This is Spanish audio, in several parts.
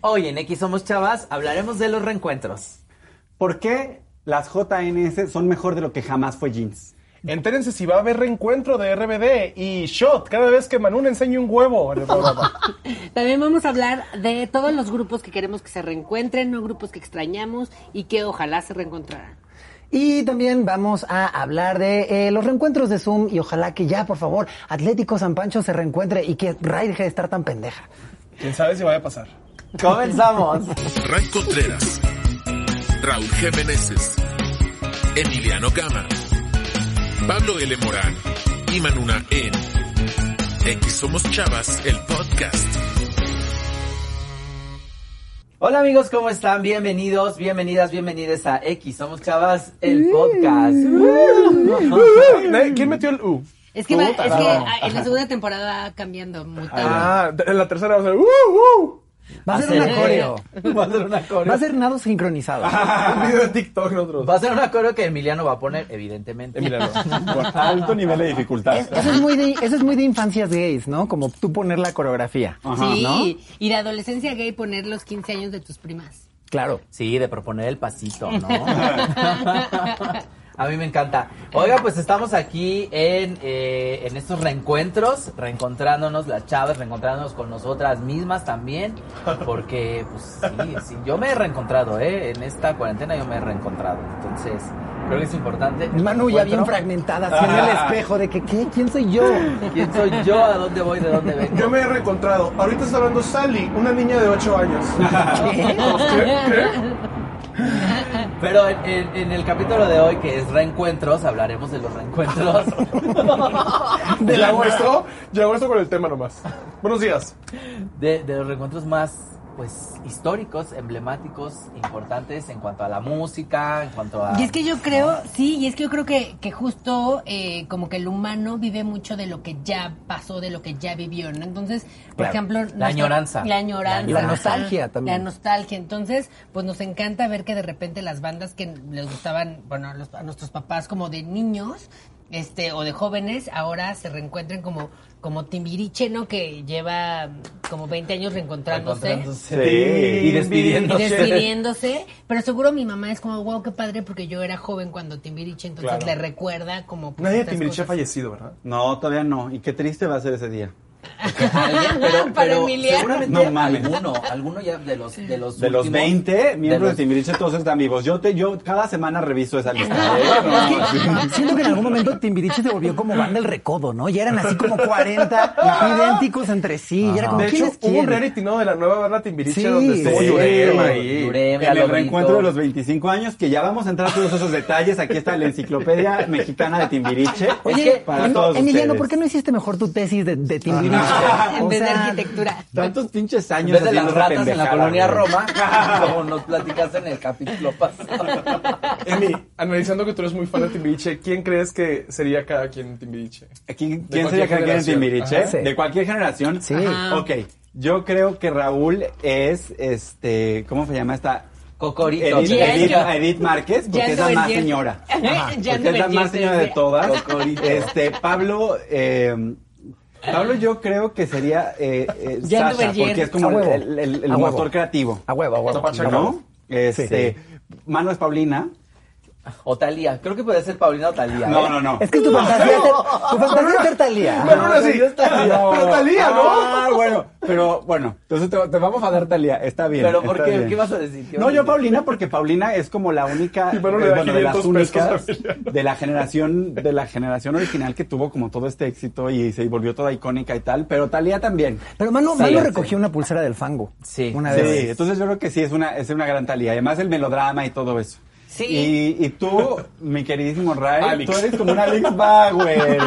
Hoy en X Somos Chavas hablaremos de los reencuentros. ¿Por qué las JNS son mejor de lo que jamás fue jeans? Entérense si va a haber reencuentro de RBD y shot cada vez que Manu le enseñe un huevo en el programa. También vamos a hablar de todos los grupos que queremos que se reencuentren, no grupos que extrañamos y que ojalá se reencontraran. Y también vamos a hablar de eh, los reencuentros de Zoom y ojalá que ya, por favor, Atlético San Pancho se reencuentre y que Ray deje de estar tan pendeja. Quién sabe si vaya a pasar. Comenzamos. Ray Contreras, Raúl Jiménez, Emiliano Gama, Pablo L. Morán y Manuna en X Somos Chavas, el podcast. Hola amigos, ¿cómo están? Bienvenidos, bienvenidas, bienvenidas a X Somos Chavas, el podcast. Mm. Nadie- ¿Quién metió el U? Es que, va- es Puta, que no. ah, en la segunda temporada va cambiando mucho. Ah, en la tercera va a ser ¡Uh, uh! Va a ser un coreo. coreo. Va a ser una coreo. Va a ser nado sincronizado. Un video de TikTok nosotros. Va a ser una coreo que Emiliano va a poner, evidentemente. Emiliano. Con alto nivel de dificultad. Es- eso, es muy de, eso es muy de infancias gays, ¿no? Como tú poner la coreografía. Ah, sí, ¿no? y de adolescencia gay poner los 15 años de tus primas. Claro. Sí, de proponer el pasito, ¿no? A mí me encanta. Oiga, pues estamos aquí en, eh, en estos reencuentros, reencontrándonos las chavas, reencontrándonos con nosotras mismas también, porque pues sí, sí, yo me he reencontrado, ¿eh? En esta cuarentena yo me he reencontrado, entonces creo que es importante. Manu ya bien Encuentro. fragmentada, así en el Ah. espejo de que, ¿qué? ¿Quién soy yo? ¿Quién soy yo? ¿A dónde voy? ¿De dónde vengo? Yo me he reencontrado. Ahorita está hablando Sally, una niña de 8 años. Pero en, en- en el capítulo de hoy, que es reencuentros, hablaremos de los reencuentros. ¿De Llegó esto, llegó esto con el tema nomás. Buenos días. de, de los reencuentros más pues históricos, emblemáticos, importantes en cuanto a la música, en cuanto a Y es que yo creo, sí, y es que yo creo que, que justo eh, como que el humano vive mucho de lo que ya pasó, de lo que ya vivió, ¿no? Entonces, por Claro. ejemplo... La nos- añoranza. La añoranza. La ajá. nostalgia también. La nostalgia. Entonces, pues nos encanta ver que de repente las bandas que les gustaban, bueno, a, los- a nuestros papás como de niños... Este, o de jóvenes, ahora se reencuentren como, como Timbiriche, ¿no? Que lleva como 20 años reencontrándose. Sí. y Y despidiéndose. despidiéndose, pero seguro mi mamá es como, wow, qué padre, porque yo era joven cuando Timbiriche, entonces Claro. le recuerda como... pues, Nadie de estas Timbiriche ha cosas. fallecido, ¿verdad? No, todavía no. Y qué triste va a ser ese día. Alguien, pero, Para pero Emiliano. seguramente No mames. alguno, alguno ya de los de los De los últimos- 20 miembros de, los- Timbiriche, todos están vivos. Yo, te, yo cada semana reviso esa lista. ¿eh? No, Ah, sí. Siento que en algún momento Timbiriche se volvió como banda del recodo, ¿no? Ya eran así como 40 idénticos entre sí. Y Ah. era como, De ¿quién hecho, es hubo un quién? reality, ¿no? De la nueva banda Timbiriche, Sí, donde estuvo Sí. Yurem ahí. Yurem, En el Lalo reencuentro de Brito. los 25 años, que ya vamos a entrar a todos esos detalles. Aquí está la enciclopedia mexicana de Timbiriche. Oye, para todos ustedes. Emiliano, Ah. ¿por qué no hiciste mejor tu tesis de, de Timbiriche? En O vez de sea, arquitectura. Tantos pinches En años vez de haciendo las esa ratas en la pendejada, colonia güey. Roma, como nos platicaste en el capítulo pasado. Emi, analizando que tú eres muy fan de Timbiriche, ¿quién crees que sería cada quien en Timbiriche? ¿Quién, De quién sería cada cualquier quien en generación. Timbiriche? Ajá. Ah, Sí. ¿De cualquier generación? Sí. Ah. Ajá. Ok, yo creo que Raúl es, este, ¿cómo se llama esta? Cocorito. Edith, Ya es Edith, yo. Edith Márquez, porque Ya es la ando más vendiendo. señora. porque Ya ando es la más vendiendo, señora de sí. todas. Este, Pablo, eh, Pablo yo creo que sería eh, eh, Ya ando Sasha, porque vendiendo. es como A huevo. el, el- el A huevo. motor creativo. A huevo, a huevo. Topachaca. ¿No? Este, Mano es Paulina. O Talía. Creo que podría ser Paulina ¿eh? o Talía. No, no, no. Es que tu fantasía es ser- tu fantasía es ser Thalía. Bueno, ahora sí. Pero Talía, ¿no? Ah, bueno, pero bueno, entonces te, te vamos a dar Talía, está bien. Pero ¿por está qué? bien. ¿Qué vas a decir? ¿Qué No, vas a yo decir? Paulina, porque Paulina es como la única, eh, Y Manu le da bueno, de las 500 pesos únicas a Emiliano. de la generación, de la generación original que tuvo como todo este éxito y se volvió toda icónica y tal, pero Talía también. Pero Manu, Sí, Manu sí. recogió una pulsera del fango. Sí. Una Sí, vez. entonces yo creo que sí es una, es una gran Talía, además el melodrama y todo eso. Sí. Y, y tú, mi queridísimo Ray, Alex. tú eres como un Alex Bauer.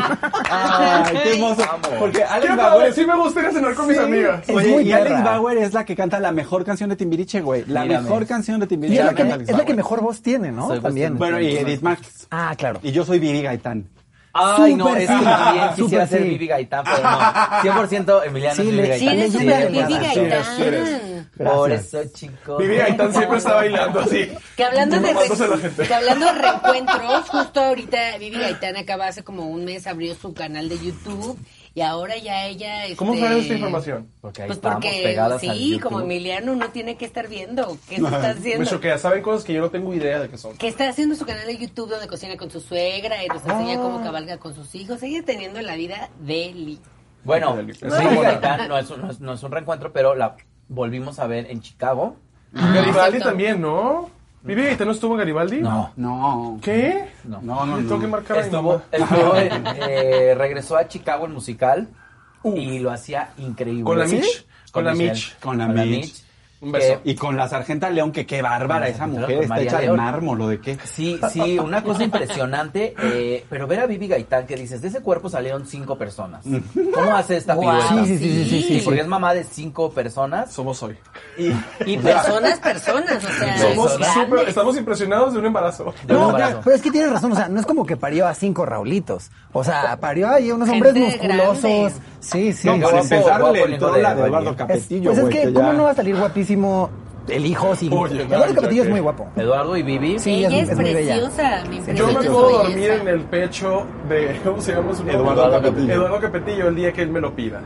Ay, qué hermoso. Porque Alex Quiero padre, Bauer sí me gustaría cenar con mis amigas. Es Oye, muy y Alex perra. Bauer es la que canta la mejor canción de Timbiriche, güey. La Mírame. mejor canción de Y Timbiriche. es la, la que, canta me- Alex es la que Bauer. mejor voz tiene, ¿no? Soy voz También. Bueno, y Edith Max. Ah, claro. Y yo soy Viri Gaitán. Ay, no, Súper es sí. que también quisiera Súper ser sí. Vivi Gaitán, pero no. 100% Emiliano Sí, es Vivi le- Gaitán. sí, eres una Emiliano Vivi es Gaitán. Sí eres. Por Gracias. eso, chicos. Vivi Gaitán siempre está bailando así. Que hablando, de Tomándose re- la gente. que hablando de reencuentros, justo ahorita Vivi Gaitán acaba hace como un mes, abrió su canal de YouTube y ahora ya ella... ¿Cómo este, sabes esta información? Porque ahí Pues estamos porque, pegadas al sí, YouTube. como Emiliano, uno tiene que estar viendo qué se está Me haciendo. choquea, saben cosas que yo no tengo idea de qué son. Que está haciendo su canal de YouTube donde cocina con su suegra y nos enseña cómo cabalga con sus hijos. Ella teniendo la vida de Lee. Bueno, Es sí, una bola. Gaitán no es, un- no es- no es un reencuentro, pero la volvimos a ver en Chicago. Garibaldi exacto. también, ¿no? ¿Vivi Gaitán no estuvo en Garibaldi? No. No. ¿Qué? No. No, no, Le tengo que no. marcar a mi Estuvo, mamá. estuvo en- eh, regresó a Chicago en musical y lo hacía increíble. Uh. ¿Con la ¿Sí? Mitch? Con la Michelle, Mitch. Con la Mitch. Un beso. Y con la sargenta León, que qué bárbara esa Sargenta mujer, León, está María hecha de León. mármol o de qué. Sí, sí, una cosa impresionante. eh, pero ver a Vivi Gaitán, que dices, de ese cuerpo salieron cinco personas. ¿Cómo hace esta Guau, pirueta? Sí, sí, sí, sí, sí, sí. Porque es mamá de cinco personas. Somos hoy. Y, y Personas, personas, o sea, Somos es grande. súper- estamos impresionados de un embarazo. de un No, embarazo. pero es que tienes razón, o sea, no es como que parió a cinco Raulitos. O sea, parió ahí a unos hombres Gente musculosos. grande. Sí, sí. No, qué para guapo, empezar, guapo le el hijo entró de la de Eduardo Valle. Es- Capetillo, pues es güey. que, que ¿cómo ya- no va a salir guapísimo el hijo? Sí. Oye, no, Eduardo ya Capetillo que- es muy guapo. Eduardo y Vivi. Sí, ella es, es muy bella. preciosa. me Sí. impresiona Yo me su puedo dormir belleza. en el pecho de, ¿cómo se llama su nombre? Eduardo Capetillo. Eduardo Capetillo el día que él me lo pida.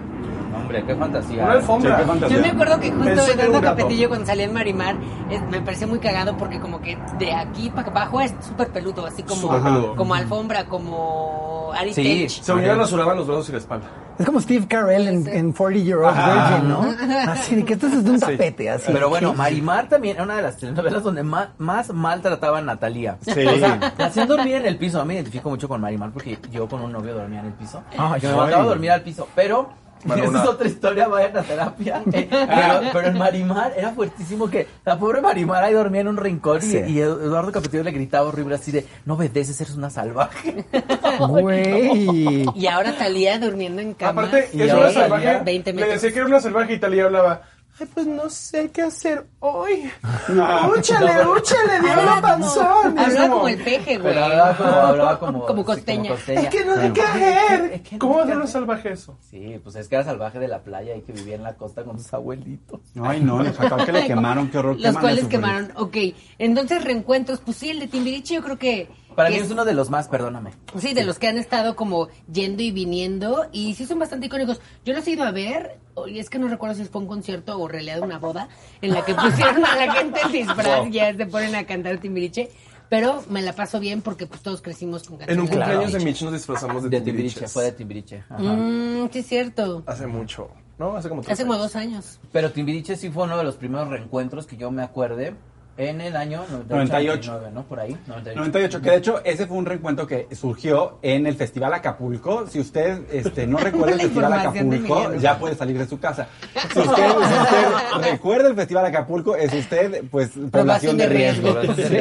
Hombre, qué fantasía. Una alfombra. Sí, qué fantasía. Yo me acuerdo que Él justo se ve Eduardo un gato. Capetillo cuando salía en Marimar eh, me parecía muy cagado porque como que de aquí para abajo es súper peludo, así como, Súper peludo. como alfombra, como Ari Sí. Telch. Se unió a rasuraban los brazos y la espalda. Es como Steve Carell en, en 40 Year Old Virgin, ¿no? Así de que esto es de un tapete, así. Pero bueno, Marimar también era una de las telenovelas donde ma- más, maltrataba a Natalia. Sí. O sea, la hacían dormir en el piso. A mí me identifico mucho con Marimar porque yo con un novio dormía en el piso. Ay, yo me ay. mandaba a dormir al piso, pero... Bueno, esa es una- otra historia, vayan a terapia. Eh, Pero, pero en Marimar era fuertísimo que la pobre Marimar ahí dormía en un rincón y, Sí. y Eduardo Capetillo le gritaba horrible así de no obedeces, eres una salvaje. Güey. Y ahora salía durmiendo en cama. Aparte, Y es ahora una salvaje. salía 20 Le metros. decía que era una salvaje y Talía hablaba. Ay, pues no sé qué hacer hoy. Úchale, úchale, diablo panzón. Y es Hablaba como, como el peje, güey. Pero hablaba como, hablaba como, Como sí, costeña. Es que no sé qué hacer. ¿Cómo va a ser una salvaje eso? Sí, pues es que era salvaje de la playa y que vivía en la costa con sus abuelitos. Ay, no, le sacaron que le quemaron, qué horror. Los quémale cuales su quemaron. Ok, entonces reencuentros. Pues sí, el de Timbiriche yo creo que... Para que mí es uno de los más, perdóname. Sí, de los que han estado como yendo y viniendo y sí son bastante icónicos. Yo los he ido a ver, o- y es que no recuerdo si fue un concierto o en realidad una boda, en la que pusieron a la gente el disfraz y ya se ponen a cantar Timbiriche, pero me la paso bien porque pues todos crecimos con En un canciones. cumpleaños de Mitch nos disfrazamos de, De Timbiriche, timbiriches. fue de Timbiriche. ajá. Mm, sí es cierto. Hace mucho, ¿no? Hace como tres Hace como años. dos años. Pero Timbiriche sí fue uno de los primeros reencuentros que yo me acuerde en el año 98, 98. 99, ¿no? Por ahí. 98. 98, que de hecho ese fue un reencuentro que surgió en el Festival Acapulco. Si usted este, no recuerda el La Festival información de Acapulco, Miguel. ya puede salir de su casa. Si usted, si usted recuerda el Festival Acapulco, es usted, pues, población de de riesgo. riesgo. Sí.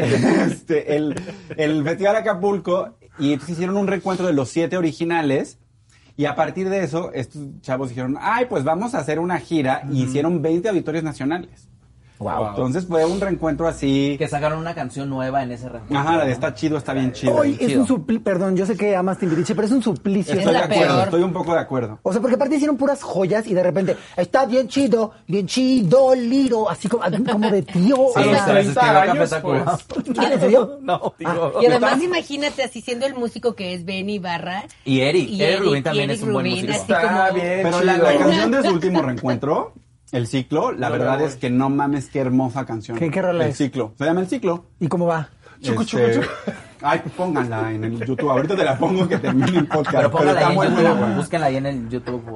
Este, el, el Festival Acapulco, y entonces hicieron un reencuentro de los siete originales. Y a partir de eso, estos chavos dijeron, ay, pues vamos a hacer una gira. Y hicieron 20 auditorios nacionales. Wow. Entonces fue un reencuentro así. Que sacaron una canción nueva en ese reencuentro. Ajá, la de está chido, está bien chido. Hoy es chido. un suplicio, perdón, yo sé que amas Timbiriche, pero es un suplicio. Es Estoy de la acuerdo, peor. estoy un poco de acuerdo. O sea, porque aparte hicieron puras joyas y de repente, está bien chido, bien chido, liro, así como, como de tío. o Sí, A o los sea, sea, es que 30 no años, canta Sakura. ¿quién es tío? No, digo. Ah, Y además imagínate así siendo el músico que es Benny Barra. Y Eric. Eric Rubin y también es un buen Rubin, músico. así Está como- bien. Pero la, chido. la canción de su último reencuentro, El Ciclo, la verdad es que no mames, qué hermosa canción. ¿Qué- qué rola El es? Ciclo, se llama El Ciclo. ¿Y cómo va? Este, Ay, pónganla en el YouTube. Ahorita te la pongo que termine el podcast. Pero póngala está ahí en muy YouTube. buena, güey. Búsquenla ahí en el YouTube. Eh,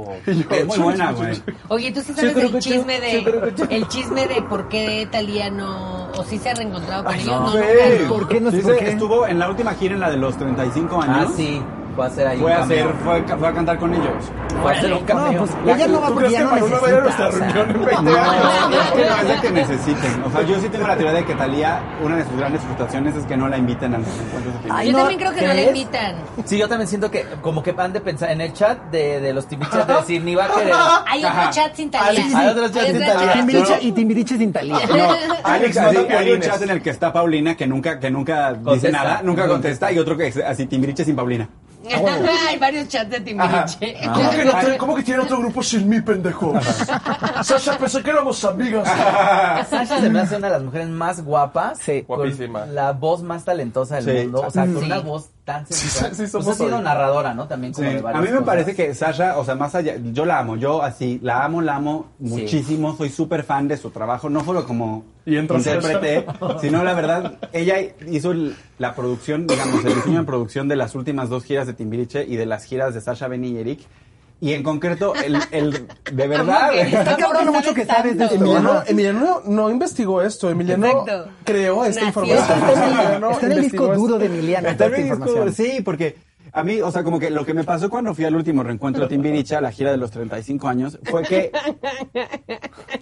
o- Es muy buena, güey. Oye, ¿tú sí sabes creo el que chisme sí, de sí, creo que sí. el chisme de por qué Talía no o sí se ha reencontrado con ellos? No, Güey, nunca, no. ¿Por qué? No sé sí, por se- qué. Estuvo en la última gira, en la de los 35 años. Ah, sí. fue a hacer ahí. Fue un a, hacer, cameo. fue, a, fue a cantar con ellos. Fue a hacer un No, cameo. pues ella no va ¿Tú porque crees ya que no Maluma vaya a nuestra necesita. o sea. reunión en 20 No, años? es que no es de que necesiten. O sea, yo sí tengo la teoría de que Talía, una de sus grandes frustraciones es que no la invitan a los encuentros de Ay, Yo no, también creo que no le ¿crees? invitan. Sí, yo también siento que como que han de pensar en el chat de, de los timichas de decir ni va a querer. Hay otro Ajá. chat sin talía. sí, sí. Hay otro chat sin Ah, talía. Timbiriche y Timbiriche sin talía. No, Alex, Alex, así, no te hay un orines. chat en el que está Paulina que nunca, que nunca Contesta. dice nada, nunca contesta, y otro que es así timbriche sin Paulina. Hay varios chats de Timbiriche. ¿Cómo que, Ah, no te- ¿Cómo que tienen otro grupo sin mí, pendejo? Sasha, pensé que éramos amigas. Sasha se me hace una de las mujeres más guapas. Sí. con Guapísima. La voz más talentosa del Sí. mundo. O sea, con Sí. una voz tan sensual. sí, sí, Pues somos ha sido hoy. narradora, ¿no? También como de varias A mí me cosas. parece que Sasha, o sea, más allá, yo la amo, yo así, la amo, la amo muchísimo, soy súper fan de su trabajo, no solo como Y entra intérprete, sino la verdad, ella hizo el- la producción, digamos, el diseño en producción de las últimas dos giras de Timbiriche y de las giras de Sasha, Benny y Eric. Y en concreto, el, el- de verdad, que está está cabrón lo cabrón mucho que sabes de tanto. Timbiriche. Emiliano, Emiliano no investigó esto. Emiliano Exacto. creó esta Nació. información. Está en el- Emiliano Está en Ah, el disco investigó esto. duro de Emiliano. Está toda en esta el disco, información. sí, porque a mí, o sea, como que lo que me pasó cuando fui al último reencuentro de Timbiriche, a la gira de los 35 años, fue que,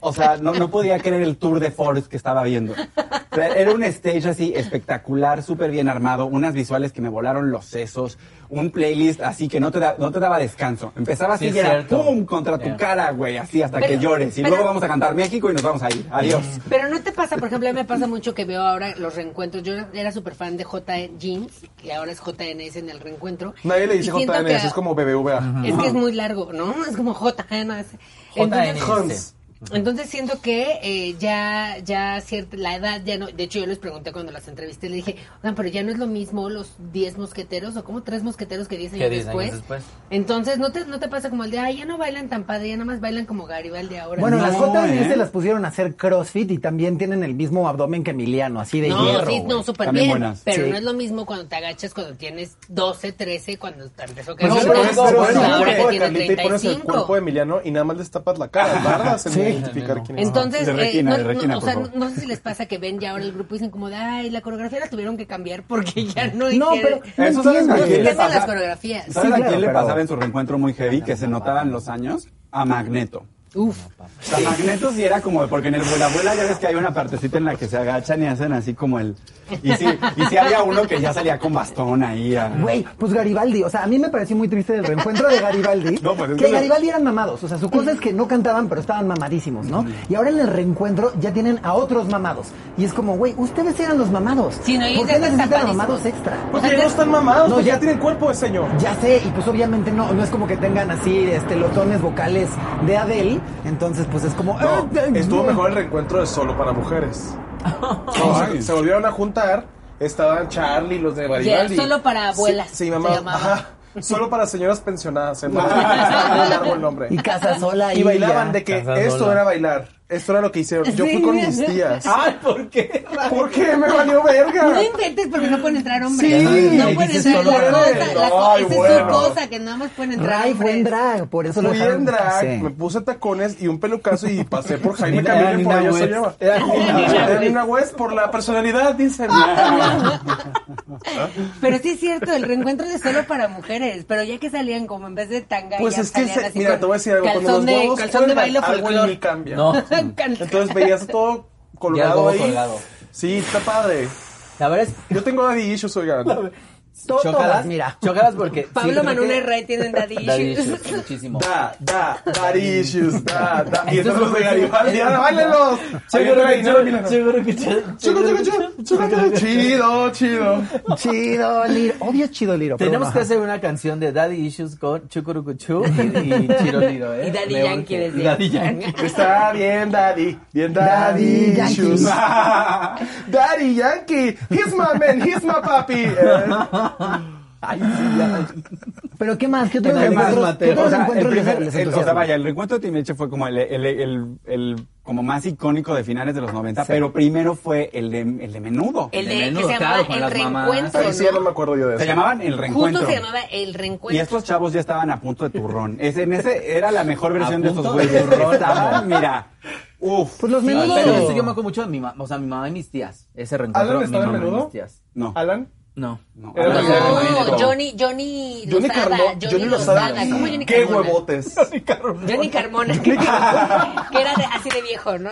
o sea, no, no podía creer el tour de Forest que estaba viendo. O sea, era un stage así espectacular, súper bien armado, unas visuales que me volaron los sesos, un playlist así que no te, da- no te daba descanso. Empezaba así Sí, y era cierto. ¡pum! contra tu Yeah. cara, güey, así hasta Pero- que llores. Y pero- luego vamos a cantar México y nos vamos a ir. Adiós. Pero no te pasa, por ejemplo, a mí me pasa mucho que veo ahora los reencuentros. Yo era súper fan de JN Jeans, que ahora es JNS en el reencuentro. Nadie le dice Y siento JNS, que- es como BBVA. Es que es muy largo, ¿no? Es como JNS. JNS. Entonces, entonces siento que eh, ya, ya cierta, la edad ya no. De hecho, yo les pregunté cuando las entrevisté, le dije, oigan, pero ya no es lo mismo los 10 mosqueteros o como tres mosqueteros que 10 Que años, 10 años después. después. Entonces, ¿no te, no te pasa como el de, ay, ya no bailan tan padre, ya nada más bailan como Garibaldi ahora. Bueno, No, las JNS ¿eh? las pusieron a hacer CrossFit y también tienen el mismo abdomen que Emiliano, así de no, hierro. sí, güey. no, súper También bien. buenas. Pero Sí. no es lo mismo cuando te agachas cuando tienes 12, 13, cuando te empezó a Pues crecer es el por pero- brazo, eso, pero- por eso, pero- cuando un ahora cuerpo de tiene Carlita y pones el 35. cuerpo de Emiliano y nada más les tapas la cara. Tardas en identificar quién es. Entonces, De Regina, eh, de no, Regina, no, o por sea, no, favor. no sé si les pasa que ven ya ahora el grupo y dicen como de, ay, la coreografía la tuvieron que cambiar porque ya no No, hicieron- pero- Eso sabes entiendo. a no quién le entienden las pasa? coreografías. ¿Sabes Sí, a quién claro, le pero- pasaba en su reencuentro muy heavy que se notaban los años? A Magneto. Uf, O sea, Magneto sí era como, porque en el Vuela Vuela ya ves que hay una partecita en la que se agachan y hacen así como el... Y sí, y sí había uno que ya salía con bastón ahí. a- Güey, pues Garibaldi, o sea, a mí me pareció muy triste el reencuentro de Garibaldi. No, pues es que, que- Garibaldi eran mamados, o sea, su cosa es que no cantaban, pero estaban mamadísimos, ¿no? Y ahora en el reencuentro ya tienen a otros mamados. Y es como, güey, ustedes eran los mamados. Sí, no, y ¿Por ya qué están necesitan a tapadísimos. mamados extra? Porque ya no están mamados, No, pues ya- ya tienen cuerpo de señor. Ya sé, y pues obviamente no, no es como que tengan así este lotones vocales de Adele, entonces pues es como No, "Ah, eh, estuvo eh". mejor el reencuentro de solo para mujeres. No, Ay. se, se volvieron a juntar. Estaban Charlie, los de Garibaldi. Ya, solo para abuelas, Sí, sí, se mamá. llamaba. Ajá. Solo para señoras pensionadas. se llamaba. Estaba muy largo el nombre. Y casa sola Y bailaban de que Casas esto sola. era bailar. Esto era lo que hicieron. Yo fui Sí. Ah, con mis tías. Ay, ¿por qué? ¿Por qué me valió no verga? inventes porque no pueden entrar hombres. Sí, no y pueden dices entrar. La solo para- cosa, la co- Ay, esa es su bueno. cosa, que nada más pueden entrar Ray fue en hombres. drag, Ah, por eso lo Fui dejaron. en drag, Sí. me puse tacones y un pelucazo y pasé por Jaime Era Camilo y por Nina allá se West. lleva. Era Nina Era Nina West por la personalidad, Ah, dicen. Pero sí es cierto, el reencuentro de solo para mujeres. Pero ya que salían como en vez de tanga, Pues ya es que, salían se- así mira, con te voy a decir algo. Cuando Calzón los de, huevos calzón de cuelgan, baile algo en mí folclor. cambia. No. Entonces veías todo colgado todo ahí. colgado. Sí, está padre. La verdad es Yo tengo daddy issues, oigan. Todo- chocadas, todas, mira. Chocadas porque... sí, Pablo creo Manuna que- y Ray tienen daddy Daddy issues. issues, muchísimo. Da, da, daddy issues, da, da. Y estos los de buenísimo. Garibaldi, ahora báilenlos. Seguro que- Dinero, dinero. seguro que- seguro Chico, que- chico, chico, chico, chico. Chido, chido. Chido Liro. Obvio Chido Liro. pero Tenemos bueno, que ajá. hacer una canción de Daddy Issues con Chucurucuchú y, y Chiroliro, ¿eh? Y Daddy Me urge. Yankee desde- Y Daddy Yankee. Está bien, daddy. Bien, Daddy daddy, Yankee. issues. daddy Yankee. He's my man, he's my papi. Eh, Ay, sí, ya. Pero ¿qué más? ¿Qué otros ¿Qué más, encuentros, Mateo? ¿qué otros O sea, el encuentros les- primer- les el- o sea, entusiasman? vaya, el reencuentro de Timbiriche fue como el, el- el- el- como más icónico de finales de los 90, pero primero fue el de, el de menudo. El de, De que menudo, se llamaba claro, con El las mamás. Reencuentro. Ahí sí ya ¿no? no me acuerdo yo de eso. se llamaban el reencuentro. Justo se llamaba El Reencuentro. Y estos chavos ya estaban a punto de turrón. Ese, en ese era la mejor versión A de estos punto de güeyes. turrón. Estaban, mira. Uf. Pues los menudos. Pero ese yo me acuerdo mucho de mi mamá, o sea, mi mamá y mis tías. Ese reencuentro, ¿Alan mi estaba en mamá y menudo? mis tías. No. ¿Alan? No. Era No, Miguel No, Benito. Johnny, Johnny Johnny Lozada. Carlo- Johnny Lozada. ¿Cómo Johnny ¡Qué Carmona? huevotes! Johnny Carmona. que era de- así de viejo, ¿no?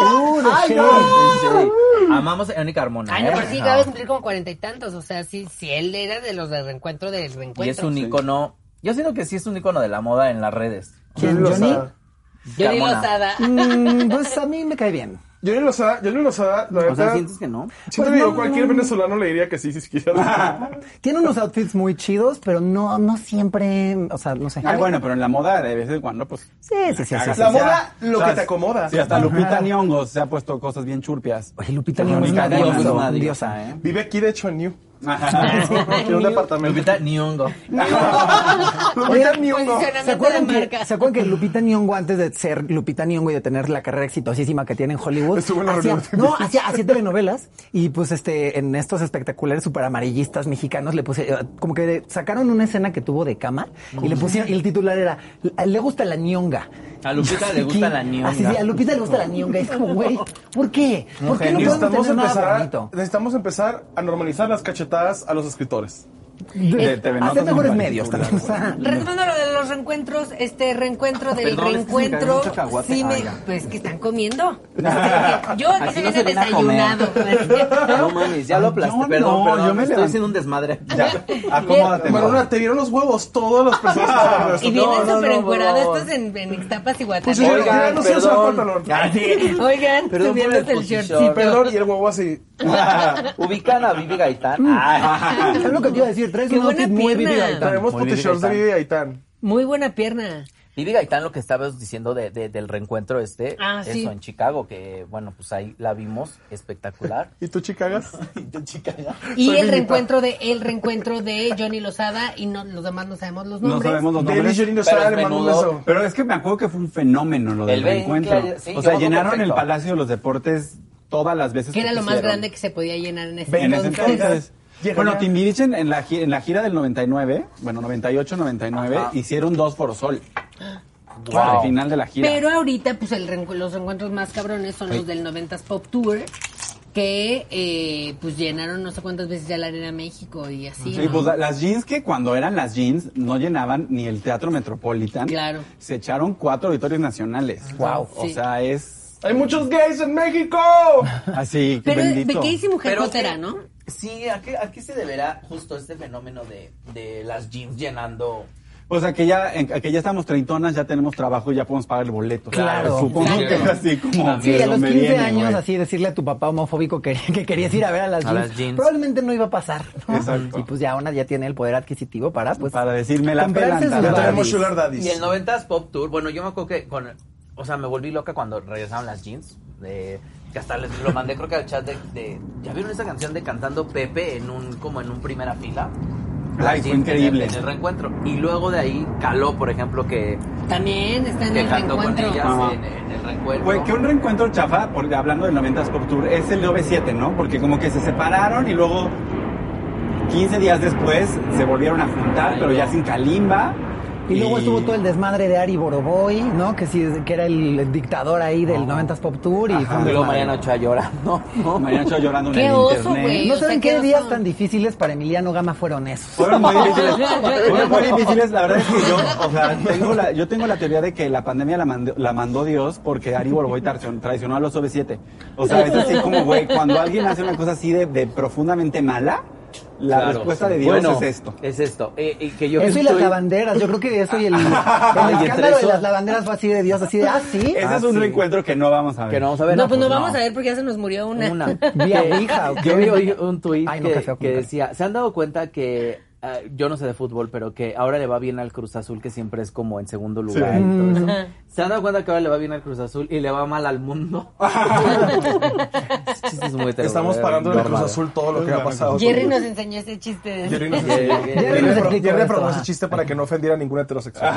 Así- Uh, de Cher. Amamos a Johnny Carmona. Ay, Ah, no, ¿eh? pero sí, cada vez cumplir como cuarenta y tantos. O sea, sí, sí, él era de los del reencuentro del reencuentro. Y es un icono. Yo siento que sí es un icono de la moda en las redes. ¿Quién, Johnny Johnny? Lozada. Johnny Carmona. Lozada. Mm, pues a mí me cae bien. Johnny Lozada, Johnny Lozada, la O sea, verdad. ¿sientes que no? Sí, te Pues digo, no, cualquier no, no. venezolano le diría que sí, si quisiera. Tiene unos outfits muy chidos, pero no, no siempre, o sea, no sé. Ay, bueno, pero en la moda de vez en cuando, pues. Sí, sí, sí, sí, sí. La moda, lo que te acomoda. Sí, hasta Lupita Nyong'o se ha puesto cosas bien churpias. Oye, Lupita Nyong'o es Lupita una Nyong'o es diosa, una diosa. ¿eh? Vive aquí, de hecho, en New. Tiene un New. departamento. Lupita Nyong'o. Lupita New. ¿Se Posicionamiento de acuerdan, que, marca. ¿Se acuerdan que Lupita Nyong'o, antes de ser Lupita Nyong'o y de tener la carrera exitosísima que tiene en Hollywood, Estuvo en la hacía, reunión. no, hacía, hacía telenovelas y pues este, en estos espectaculares superamarillistas mexicanos le puse, eh, como que sacaron una escena que tuvo de cama y le pusieron, y el titular era, le gusta la ñonga. A Lupita le gusta la ñonga. Así, sí, a Lupita le gusta la ñonga. Es como, güey, ¿por qué? ¿Por qué no podemos Necesitamos tener nada empezar, bonito? necesitamos empezar a normalizar las cachetadas a los escritores. De TV Notas Hacer en mejores particular, medios también. o sea. Retomando lo de los reencuentros, este reencuentro del Ah, Perdón, es que se me cayó reencuentro, un cacahuate. sí me, Ah, ya. pues que están comiendo. Yo aquí se no viene se viene a comer. desayunado. No mames, ya lo aplasté. Yo Perdón, no, perdón. yo me estoy levanté. haciendo un desmadre. aquí. Ya, acomódate. Marona, te vieron los huevos todas las personas. Y vienen No, no, súper no, encueradas por favor. estas en, en Ixtapas y Pues Guatemala. sí, Oigan, ya no se usa perdón. pantalón. Ya, sí. Perdón Oigan, por la subiéndose el exposición. shortcito. Perdón, y el huevo así. Ubican a Vivi Gaitán. Mm. Ah. Es lo que te iba a decir, traes Qué un buena outfit muy pierna. vivido ahorita. Tenemos Muy bien, potishorts de Gaitán. Vivi Aitán. Muy buena pierna. Vivi Gaitán, lo que estabas diciendo de, de- del reencuentro este, Ah, eso sí. en Chicago, que bueno, pues ahí la vimos espectacular. ¿Y tú, chicagas? Y Soy el Lilita. reencuentro de el reencuentro de Johnny Lozada y no, los demás no sabemos los No nombres. sabemos los Deli nombres. Johnny Pero Lozada es le mando un menudo. beso. Pero es que me acuerdo que fue un fenómeno lo del El veinte, reencuentro. sí, yo o sea, me acuerdo llenaron perfecto. el Palacio de los Deportes todas las veces Que era lo más quisieron. grande que se podía llenar en ese En ese entonces. entonces. Llega Bueno, ya. Timbiriche en, en la, gi- en la gira del 99, bueno, 98, 99, Ajá. hicieron dos Forosol. Wow. Para el final de la gira. Pero ahorita, pues el reencu- los encuentros más cabrones son los del 90s Pop Tour, que eh, pues llenaron no sé cuántas veces ya la Arena México y así. Sí, ¿no? pues, la- las jeans que cuando eran las jeans no llenaban ni el Teatro Metropolitan. Claro. Se echaron cuatro auditorios nacionales. Wow. O Sí. sea, es ¡Hay muchos gays en México! así, Pero bendito. ¿de qué hice mujer Pero potera, que- no? Sí, ¿a qué, a qué se deberá justo este fenómeno de, de las jeans llenando? O sea, que Pues ya, en, que ya estamos treintonas, ya tenemos trabajo y ya podemos pagar el boleto. Claro. Supongo que es así como. Sí, que a los Ah, me 15 viene, años, güey. así decirle a tu papá homofóbico que, que querías ir a ver a las A jeans, las jeans. probablemente no iba a pasar. ¿no? Exacto. Y pues ya una ya tiene el poder adquisitivo para, pues. Para decirme la Comprarse pelan, sus Ya tal, tenemos Daddies. Sugar Daddies. Y el 90s Pop Tour, bueno, yo me acuerdo que con, o sea, me volví loca cuando regresaron las jeans. De, que hasta les lo mandé creo que al chat de, de- ¿ya vieron esa canción de cantando Pepe en un, como en un primera fila? Las Ay, jeans en fue el- increíble. En el reencuentro. Y luego de ahí caló, por ejemplo, que, También está en que el cantó con reencuentro. ellas Ajá. en, en el reencuentro. Güey, que un reencuentro chafa, por- hablando del 90s Pop Tour, es el de OV7, ¿no? Porque como que se separaron y luego 15 días después se volvieron a juntar, pero ya sin Kalimba. Y luego estuvo todo el desmadre de Ari Boroboy, ¿no? Que sí, que era el dictador ahí del 90s Pop Tour y Ah. Ajá. fue un Y luego desmadre. Mariana Ochoa llorando. No, Mariana Ochoa llorando en Qué el oso, internet. güey. No O sea, saben qué qué oso. días tan difíciles para Emiliano Gama fueron esos. Fueron muy difíciles. Fueron muy difíciles. La verdad es que yo, o sea, tengo la, yo tengo la teoría de que la pandemia la mandó, la mandó Dios porque Ari Borboy traicionó, traicionó a los OV7. O sea, es así como, güey, cuando alguien hace una cosa así de, de profundamente mala, la Claro, respuesta sí. de Dios Bueno, es esto. Es esto. Eh, y que yo Eso y las estoy- lavanderas, yo creo que eso y el, el Y entre escándalo de eso- las lavanderas fue así de Dios, así de, ah, sí. Ese Ah, es un sí. reencuentro que no vamos a ver. Que no vamos a ver. no, pues no, vamos no. a ver porque ya se nos murió una. Una. Vía Ouija, ¿o qué? Yo vi hoy un tuit Ay, no, qué que, que feo comentario. decía, ¿se han dado cuenta que ah, yo no sé de fútbol, pero que ahora le va bien al Cruz Azul, que siempre es como en segundo lugar? y todo eso? ¿Se han dado cuenta que ahora le va bien al Cruz Azul y le va mal al mundo? Chistes muy heterodoxos, Estamos pagando en el Cruz normal. Azul todo lo que ha pasado. Jerry nos enseñó ese chiste. Jerry nos Jerry- Jerry nos le pro- explicó Jerry le esto, probó ah. ese chiste para que no ofendiera a ningún heterosexual.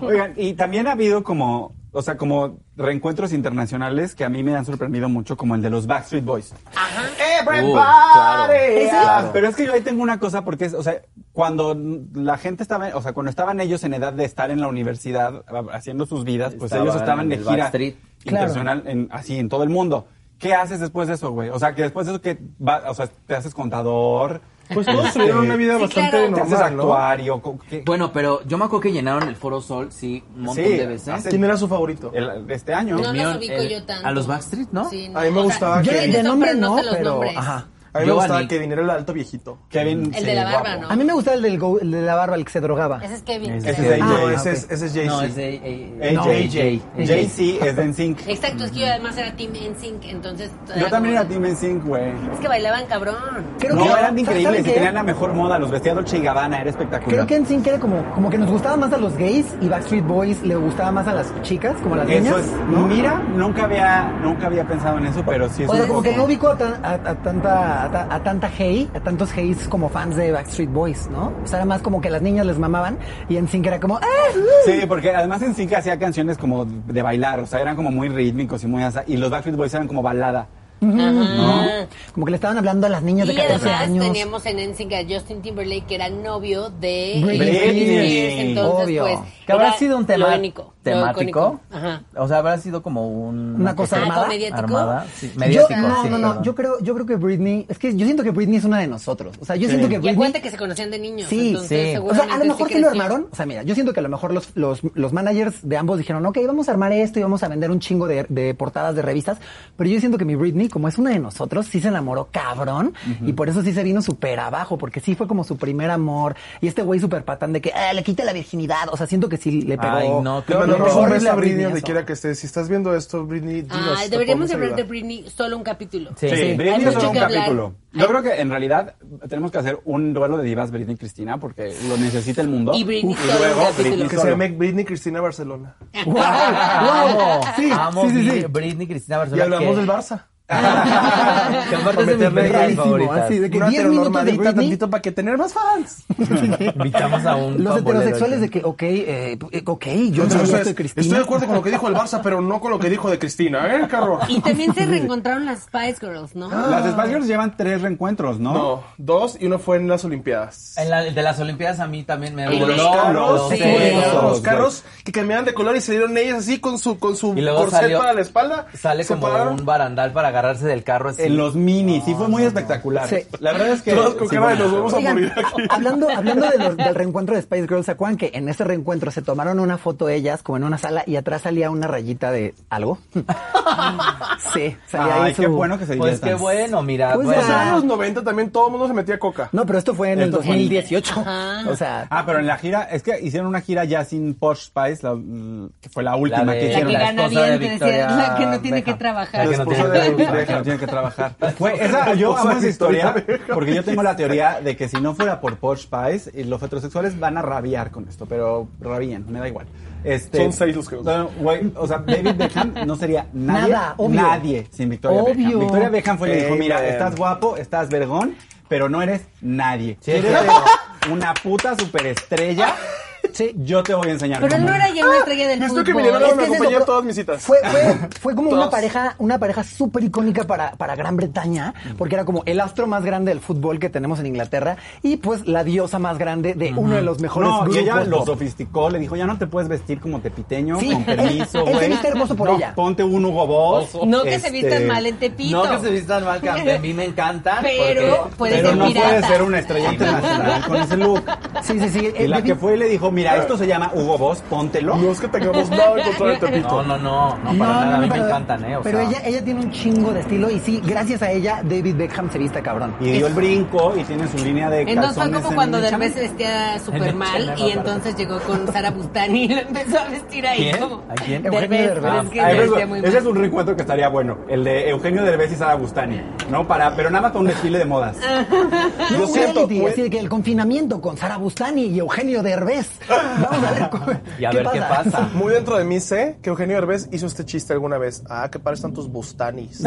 Oigan, y también ha habido como, o sea, como reencuentros internacionales que a mí me han sorprendido mucho, como el de los Backstreet Boys. Uh, claro. Ah, Pero es que yo ahí tengo una cosa porque es, o sea, cuando la gente estaba, o sea, cuando estaban ellos en edad de estar en la universidad ah, haciendo sus vidas, pues Estaban ellos estaban en de el gira Backstreet. internacional en- así en todo el mundo. ¿Qué haces después de eso, güey? O sea, que después de eso que va- o sea, te haces contador. Este, Pues todos tuvieron una vida Sí, bastante claro. Te haces normal, ¿no? actuario. co- ¿qué? Bueno, pero yo me acuerdo que llenaron el Foro Sol, sí, un montón Sí, de veces. hace- ¿Quién era su favorito? El- este año. El No mío, los ubico el- yo tanto. A los Backstreet, ¿no? Sí, A mí me o sea, gustaba yo que- les de sé nombre pero no, sé los pero, nombres. ajá. A mí me Giovanni. gustaba que viniera el alto viejito. Kevin. Ah, El de la barba, ¿no? A mí me gustaba el, del go- el de la barba, el que se drogaba. Ese es Kevin. Ese Ese creo. es AJ, Ah, ese, ok. es, ese es JC. No, es de- eh, AJ. no, AJ. JC es de NSYNC. Exacto, es que yo además era Team NSYNC, entonces... Yo también como- era Team NSYNC, güey. Es que bailaban cabrón. Creo no, que- eran ¿saben increíbles y qué? tenían la mejor moda. Los vestidos Dolce y Gabbana, era Creo espectacular. que en Sync era como, como que nos gustaba más a los gays y Backstreet Boys le gustaba más a las chicas, como a las Eso niñas. es, ¿no? mira, nunca había, nunca había pensado en eso, pero sí es O sea, una como cosa. que no ubico a, tan- a- a tanta a, ta- a tanta gay, a tantos gays como fans de Backstreet Boys, ¿no? O sea, era más como que las niñas les mamaban y en Sync era como, ¡ah! Sí, porque además en NSYNC hacía canciones como de bailar, o sea, eran como muy rítmicos y muy asa- y los Backstreet Boys eran como balada. Ajá. Como que le estaban hablando a las niñas de Y 14 además años. teníamos en NSYNC a Justin Timberlake, que era novio de Britney Spears. entonces Obvio. pues... Que habrá era sido un lo tema único, lo temático. icónico. Ajá. O sea, habrá sido como un Una cosa armada. armada. ¿Mediático? armada. Sí, Yo, mediático. no, sí, no, no. perdón. Yo creo, yo creo que Britney, es que yo siento que Britney es una de nosotros. O sea, yo siento que Y Britney. acuérdate que se conocían de niños. Sí, entonces, sí. O sea, seguramente a lo mejor sí sí lo creció. armaron. O sea, mira, yo siento que a lo mejor los, los, los managers de ambos dijeron, ok, vamos a armar esto y vamos a vender un chingo de, de portadas de revistas. Pero yo siento que mi Britney, como es una de nosotros, sí se enamoró cabrón. Y por eso sí se vino súper abajo, porque sí fue como su primer amor. Y este güey súper patán de que "Ah, le quita la virginidad. O sea, siento que sí le pegó. Ay, no, le Te creo pegó mando que- un horrible beso a Britney eso. donde quiera que estés. Si estás viendo esto, Britney, dinos. Ay, te Ah, deberíamos podemos hablar de ayudar. Britney solo un capítulo. Sí. Sí, Hay Britney es mucho solo un que hablar. capítulo. Yo creo que en realidad tenemos que hacer un duelo de divas Britney y Cristina porque lo necesita el mundo. Y Britney Uf, solo un capítulo. Britney Que se solo. llame Britney Cristina Barcelona. ¡Wow! ¡Wow! Sí, Amo sí, sí, sí. Britney Cristina Y Barcelona. hablamos que- del Barça. Que aparte es de mis Meterle películas rarísimo, favoritas. así de que Una 10 minutos de heteronormadita Britney. tantito para que tener más fans. Invitamos a un Los papolero heterosexuales aquí. de que, ok, eh, ok, yo no Entonces, sabía esto de Cristina. estoy de acuerdo con lo que dijo el Barça, pero no con lo que dijo de Cristina, ¿eh, carro? Y también se reencontraron las Spice Girls, ¿no? Las Spice Girls llevan tres reencuentros, ¿no? No, dos y uno fue en las Olimpiadas. En la- de las Olimpiadas a mí también me Y voló Los carros, los sí, sesos, los güey. carros que cambiaban de color y se dieron ellas así con su con su Y luego corset salió- para la espalda. Sale se como pararon, un barandal para agarrarse del carro así. En los minis, sí fue muy espectacular. Sí. La verdad es que Todos con sí, cara de bueno. nos vamos a Oigan, morir aquí. hablando, hablando de los- del reencuentro de Spice Girls, ¿se acuerdan que en ese reencuentro se tomaron una foto ellas como en una sala y atrás salía una rayita de algo? sí, salía Ay, ahí su- qué bueno que se Pues diviertan. qué bueno, mira. Pues bueno. O sea, Ah. en los 90 también todo el mundo se metía coca. No, pero esto fue en el Esto fue en- 2018. O sea, Ah, pero en la gira, es que hicieron una gira ya sin Posh Spice, la- mm, que fue la última de- que La hicieron. que gana esposa de bien, te Victoria decía, la que no tiene Beckham. que trabajar. La que no Esposa tiene de que Victoria. trabajar. no tiene que trabajar. Güey, esa, yo Esposa amo de esa historia Victoria. porque yo tengo la teoría de que si no fuera por Posh Spice, y los heterosexuales van a rabiar con esto, pero rabían, me da igual. Este, Son seis los que- No, no, güey, o sea, David Beckham no sería nadie, Nada, obvio. nadie sin Victoria Obvio. Beckham. Victoria Beckham fue y le dijo, Amen. mira, estás guapo, estás vergón, pero no eres nadie. Sí, es ¿Quieres cierto. ser una puta superestrella? sí. Yo te voy a enseñar Pero él cómo. no era ya una estrella del Esto fútbol. que Emiliano Gama me Es que es acompañó eso, en todas mis citas. Fue, fue, fue como una Todos. pareja, una pareja súper icónica para, para Gran Bretaña, porque era como el astro más grande del fútbol que tenemos en Inglaterra y pues la diosa más grande de uno de los mejores No, grupos. y ella lo pop. sofisticó, le dijo, ya no te puedes vestir como tepiteño, Sí. con permiso, Él se güey. viste hermoso por No, ella. ponte un Hugo Boss. No que se este, vistan mal en Tepito. No que se vistan mal, que a mí me encanta. Pero porque- puede Pero ser no pirata. puede ser una estrella internacional con ese look. Sí, sí, sí. Y Eh, la David- que fue y le dijo, mira, esto se llama Hugo Boss, póntelo. No es que tengamos nada en contra de Tepito. No, no, no, no, para nada, a mí me pero- encantan, ¿eh? O pero sea, ella, ella tiene un chingo de estilo y sí, gracias a ella, David Beckham se viste cabrón. Y dio el brinco y tiene su línea de calzones. Entonces fue Eh, como en cuando el Derbez se chamán. vestía En súper el mal chamán, y entonces llegó con Sara Bustani y lo empezó a vestir ahí ¿Quién? como... ¿A quién? Eugenio Derbez, pero Derbez. es que Ah, se eso- vestía muy ese es mal. un reencuentro que estaría bueno, el de Eugenio Derbez y Sara Bustani, ¿no? Para, pero nada más para un desfile de modas. No, Lo un siento, pues. reality, fue- así de que el confinamiento con Sara Bustani y Eugenio Derbez. Vamos a ver, cómo- Y a ver qué pasa. Muy dentro de mí sé que Eugenio Herbes hizo este chiste alguna vez. Ah, que pares tantos bustanis.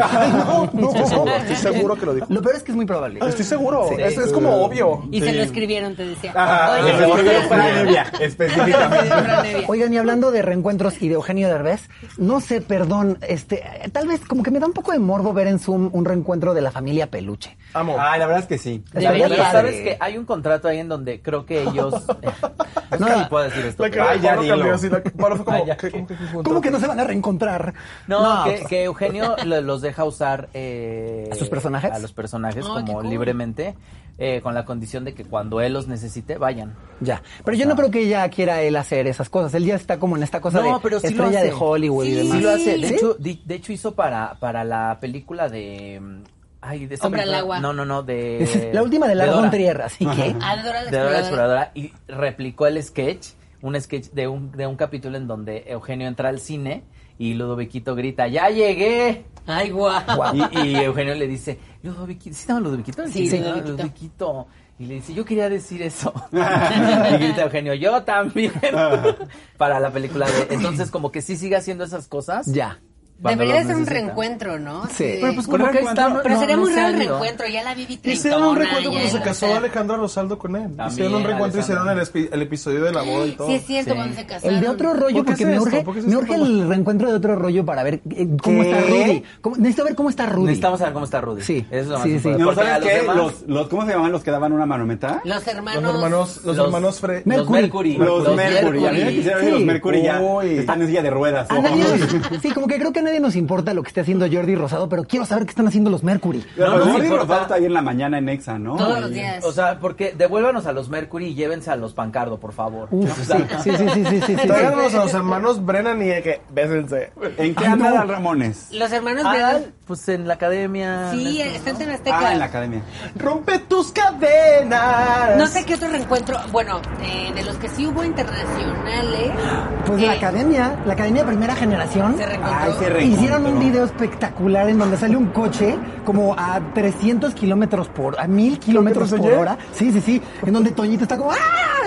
Ay, no, no. Estoy seguro, estoy seguro que lo dijo. Lo peor es que es muy probable. Estoy seguro. es, es como obvio. Y se lo escribieron, te decía. Ajá, Oye, se lo escribió ¿sí? Fran Evia, Me dio específicamente. Fran Evia. Oigan, y hablando de reencuentros y de Eugenio Derbez, no sé, perdón, este, eh, tal vez como que me da un poco de morbo ver en Zoom un reencuentro de la familia Peluche. Amo. Ay, Ah, la verdad es que sí. Estaría Debería, padre. sabes que hay un contrato ahí en donde creo que ellos No, no puedo decir esto. La cara de Ay, ya Pablo dilo. cambió así. La, Pablo fue Ay, como, ya. ¿qué- ¿cómo que qué junto? ¿Cómo que no se van a reencontrar? No, No, que, pues- que Eugenio lo- los deja usar eh, ¿A sus personajes? a los personajes Ay, qué como cool. libremente, eh, con la condición de que cuando él los necesite vayan. Ya. Pero yo no creo que ella quiera él hacer esas cosas. Él ya está como en esta cosa No, de pero sí lo estrella hace. de Hollywood y Sí, demás. lo hace. De, ¿Sí? hecho, di- de hecho hizo para, para la película de mm, ay, de esta Hombre al película- agua. No, no, no, de Es la última de Lars Dora. von Trier, así que... Ah, de Dora la de Dora Exploradora. la Exploradora y replicó el sketch, un sketch de un, de un capítulo en donde Eugenio entra al cine y Ludoviquito grita, ¡Ya llegué! Ay, guau. Y, y Eugenio le dice, Ludoviquito, ¿sí se llama Ludoviquito? Sí, ¿no? Ludoviquito. Ludoviquito. Y le dice, yo quería decir eso. y grita Eugenio, yo también. Para la película de... Entonces, como que sí sigue haciendo esas cosas. Ya. cuando Debería los ser un necesita. reencuentro, ¿no? Sí. Pero pues como que está... Pero no, sería no muy se ha raro el ido. reencuentro, ya la viví Hicieron un treintona, recuento ya, cuando se o casó sea. Alejandro Rosaldo con él. hicieron un También, recuento, hicieron el, Alejandro. espi- el episodio de la boda y todo. Sí, es cierto, Sí. cuando se casaron. El de otro rollo, ¿Por qué porque es me esto? urge, ¿Por qué es me esto? urge el reencuentro de otro rollo para ver eh, cómo está ¿Qué? Rudy. Cómo- necesito ver cómo está Rudy. Necesitamos saber cómo está Rudy. Sí. Eso es lo más Sí, sí, sí. importante. No, Porque a ¿sabes qué? pues demás- Los, los, ¿Cómo se llamaban los que daban una manometa? Los hermanos. Los hermanos, los, Los- hermanos Fre... Mer- Los Mercury. Los, Mercury. A mí me Mercury. quisieron ir los Sí. Mercury ya. Uy. Están en silla de ruedas. A nadie nos- sí, como que creo que a nadie nos importa lo que esté haciendo Jordi Rosado, pero quiero saber qué están haciendo los Mercury. No, No, no, no, sí, Jordi por- Rosado está ahí en la mañana en Exa, ¿no? Todos los días. O sea, porque devuélvanos a los Mercury y llévense a los Pancardo, por favor. Uf, O sí, sea, sí, sí, sí, sí, sí, sí. Tráiganos a los hermanos Brennan y de que bésense. ¿En qué anda Dan Ramones? Los hermanos ah, Brennan. pues en la academia. Sí, en esto, están en Azteca. Ah, en la academia. ¡Rompe tus cadenas! No sé qué otro reencuentro. Bueno, eh, de los que sí hubo internacionales. Pues eh, la academia, la academia primera generación, Se reencontró. Ay, se reencontró. hicieron un video espectacular en donde sale un coche como a 300 kilómetros por, a 1000 kilómetros por soñé. hora. Sí, sí, sí. En donde Toñito está como, ¡ah!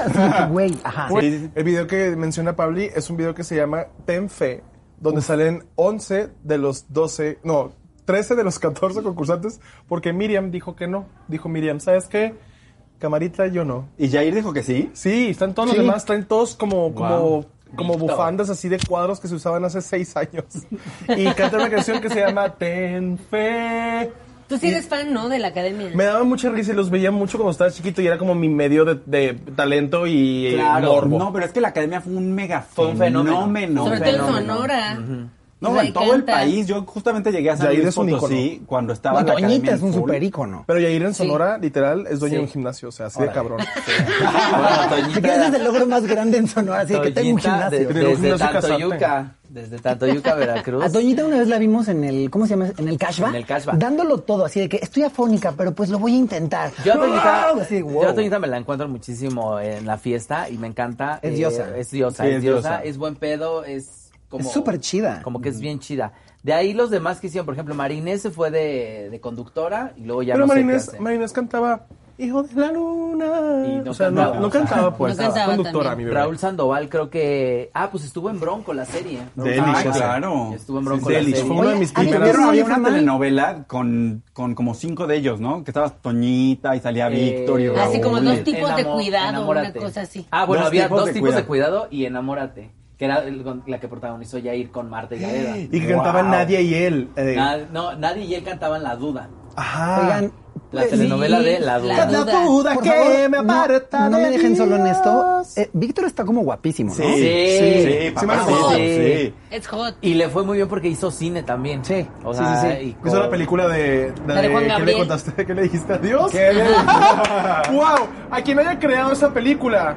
Así, güey, ajá. Sí, sí, sí. El video que menciona Pabli es un video que se llama Ten Fe, donde salen 11 de los 12, no, 13 de los 14 concursantes, porque Miriam dijo que no. Dijo Miriam, ¿sabes qué? Camarita, yo no. Y Jair dijo que sí. Sí, están todos los demás, están todos como, como, como Listo. bufandas así de cuadros que se usaban hace 6 años. Y canta una canción que se llama Ten Fe. Tú sí eres fan, ¿no? De la academia. Me daba mucha risa y los veía mucho cuando estaba chiquito y era como mi medio de, de talento y eh, morbo. No, pero es que la academia fue un mega Fue un fenómeno. fenómeno. Sobre todo en fenómeno. Sonora. No, O sea, en todo el canta. país. Yo justamente llegué a San Yair Luis es un Potosí cuando estaba Bueno, la academia Toñita es en un full. super ícono. Pero Yair en Sonora, literal, es dueño Sí. de un gimnasio, o sea, así Órale. de cabrón. Bueno, Toñita- Creo que ese es el logro más grande en Sonora, así que tengo un Toñita de- gimnasio. Tengo un desde gimnasio Tantoyuca. Desde Tantoyuca, Veracruz. A Toñita una vez la vimos en el, ¿cómo se llama? En el Cashback. En el Cashback. Dándolo todo, así de que estoy afónica, pero pues lo voy a intentar. Yo a, Toñita, ¡Wow! Así, wow. yo a Toñita me la encuentro muchísimo en la fiesta y me encanta. eh, Es diosa. Es diosa, Sí, es, es diosa, diosa. es buen pedo, es como... Es súper chida. Como que es bien chida. De ahí los demás que hicieron, por ejemplo, Marinés se fue de, de conductora y luego ya Pero no sé qué Marinés, hace. Marinés cantaba Hijo de la Luna. Y no o sea, no- cantaba. no, cantaba, pues. No cantaba conductora, también. mi bebé. Raúl Sandoval creo que... Ah, pues estuvo en Bronco la serie. Delish, Ah, claro. Estuvo en Bronco Sí, la Delish, serie. fue una de mis Oye, ¿alguien primeras. vieron- había Oye, una Fran. telenovela con, con como cinco de ellos, ¿no? Que estaba Toñita y salía Víctor y Eh, Raúl. Así como dos tipos. de Enamo- cuidado, enamórate. una cosa así. Ah, bueno, Dos había tipos dos de tipos de cuidado y enamórate, que era el- con- la que protagonizó Yair con Marta y Gareda. Y que cantaban Wow. Nadia y él. eh, Na- no, nadie y él cantaban La Duda. Ajá. Oigan, La telenovela de La Pues La Duda. Duda. duda por favor, no- no, de me dejen solo en esto. Dios. Eh, Víctor está como guapísimo, ¿no? Sí, Sí. sí, Sí, papá, me lo sí, dijo. sí. Es hot. Y le fue muy bien porque hizo cine también. Sí, o sí, sea, sí, y sí. Hizo con- la película de, La de Juan ¿Qué Gabriel. le contaste? ¿Qué le dijiste? ¿Adiós? ¿Qué le ¡Wow! A quien haya creado esa película,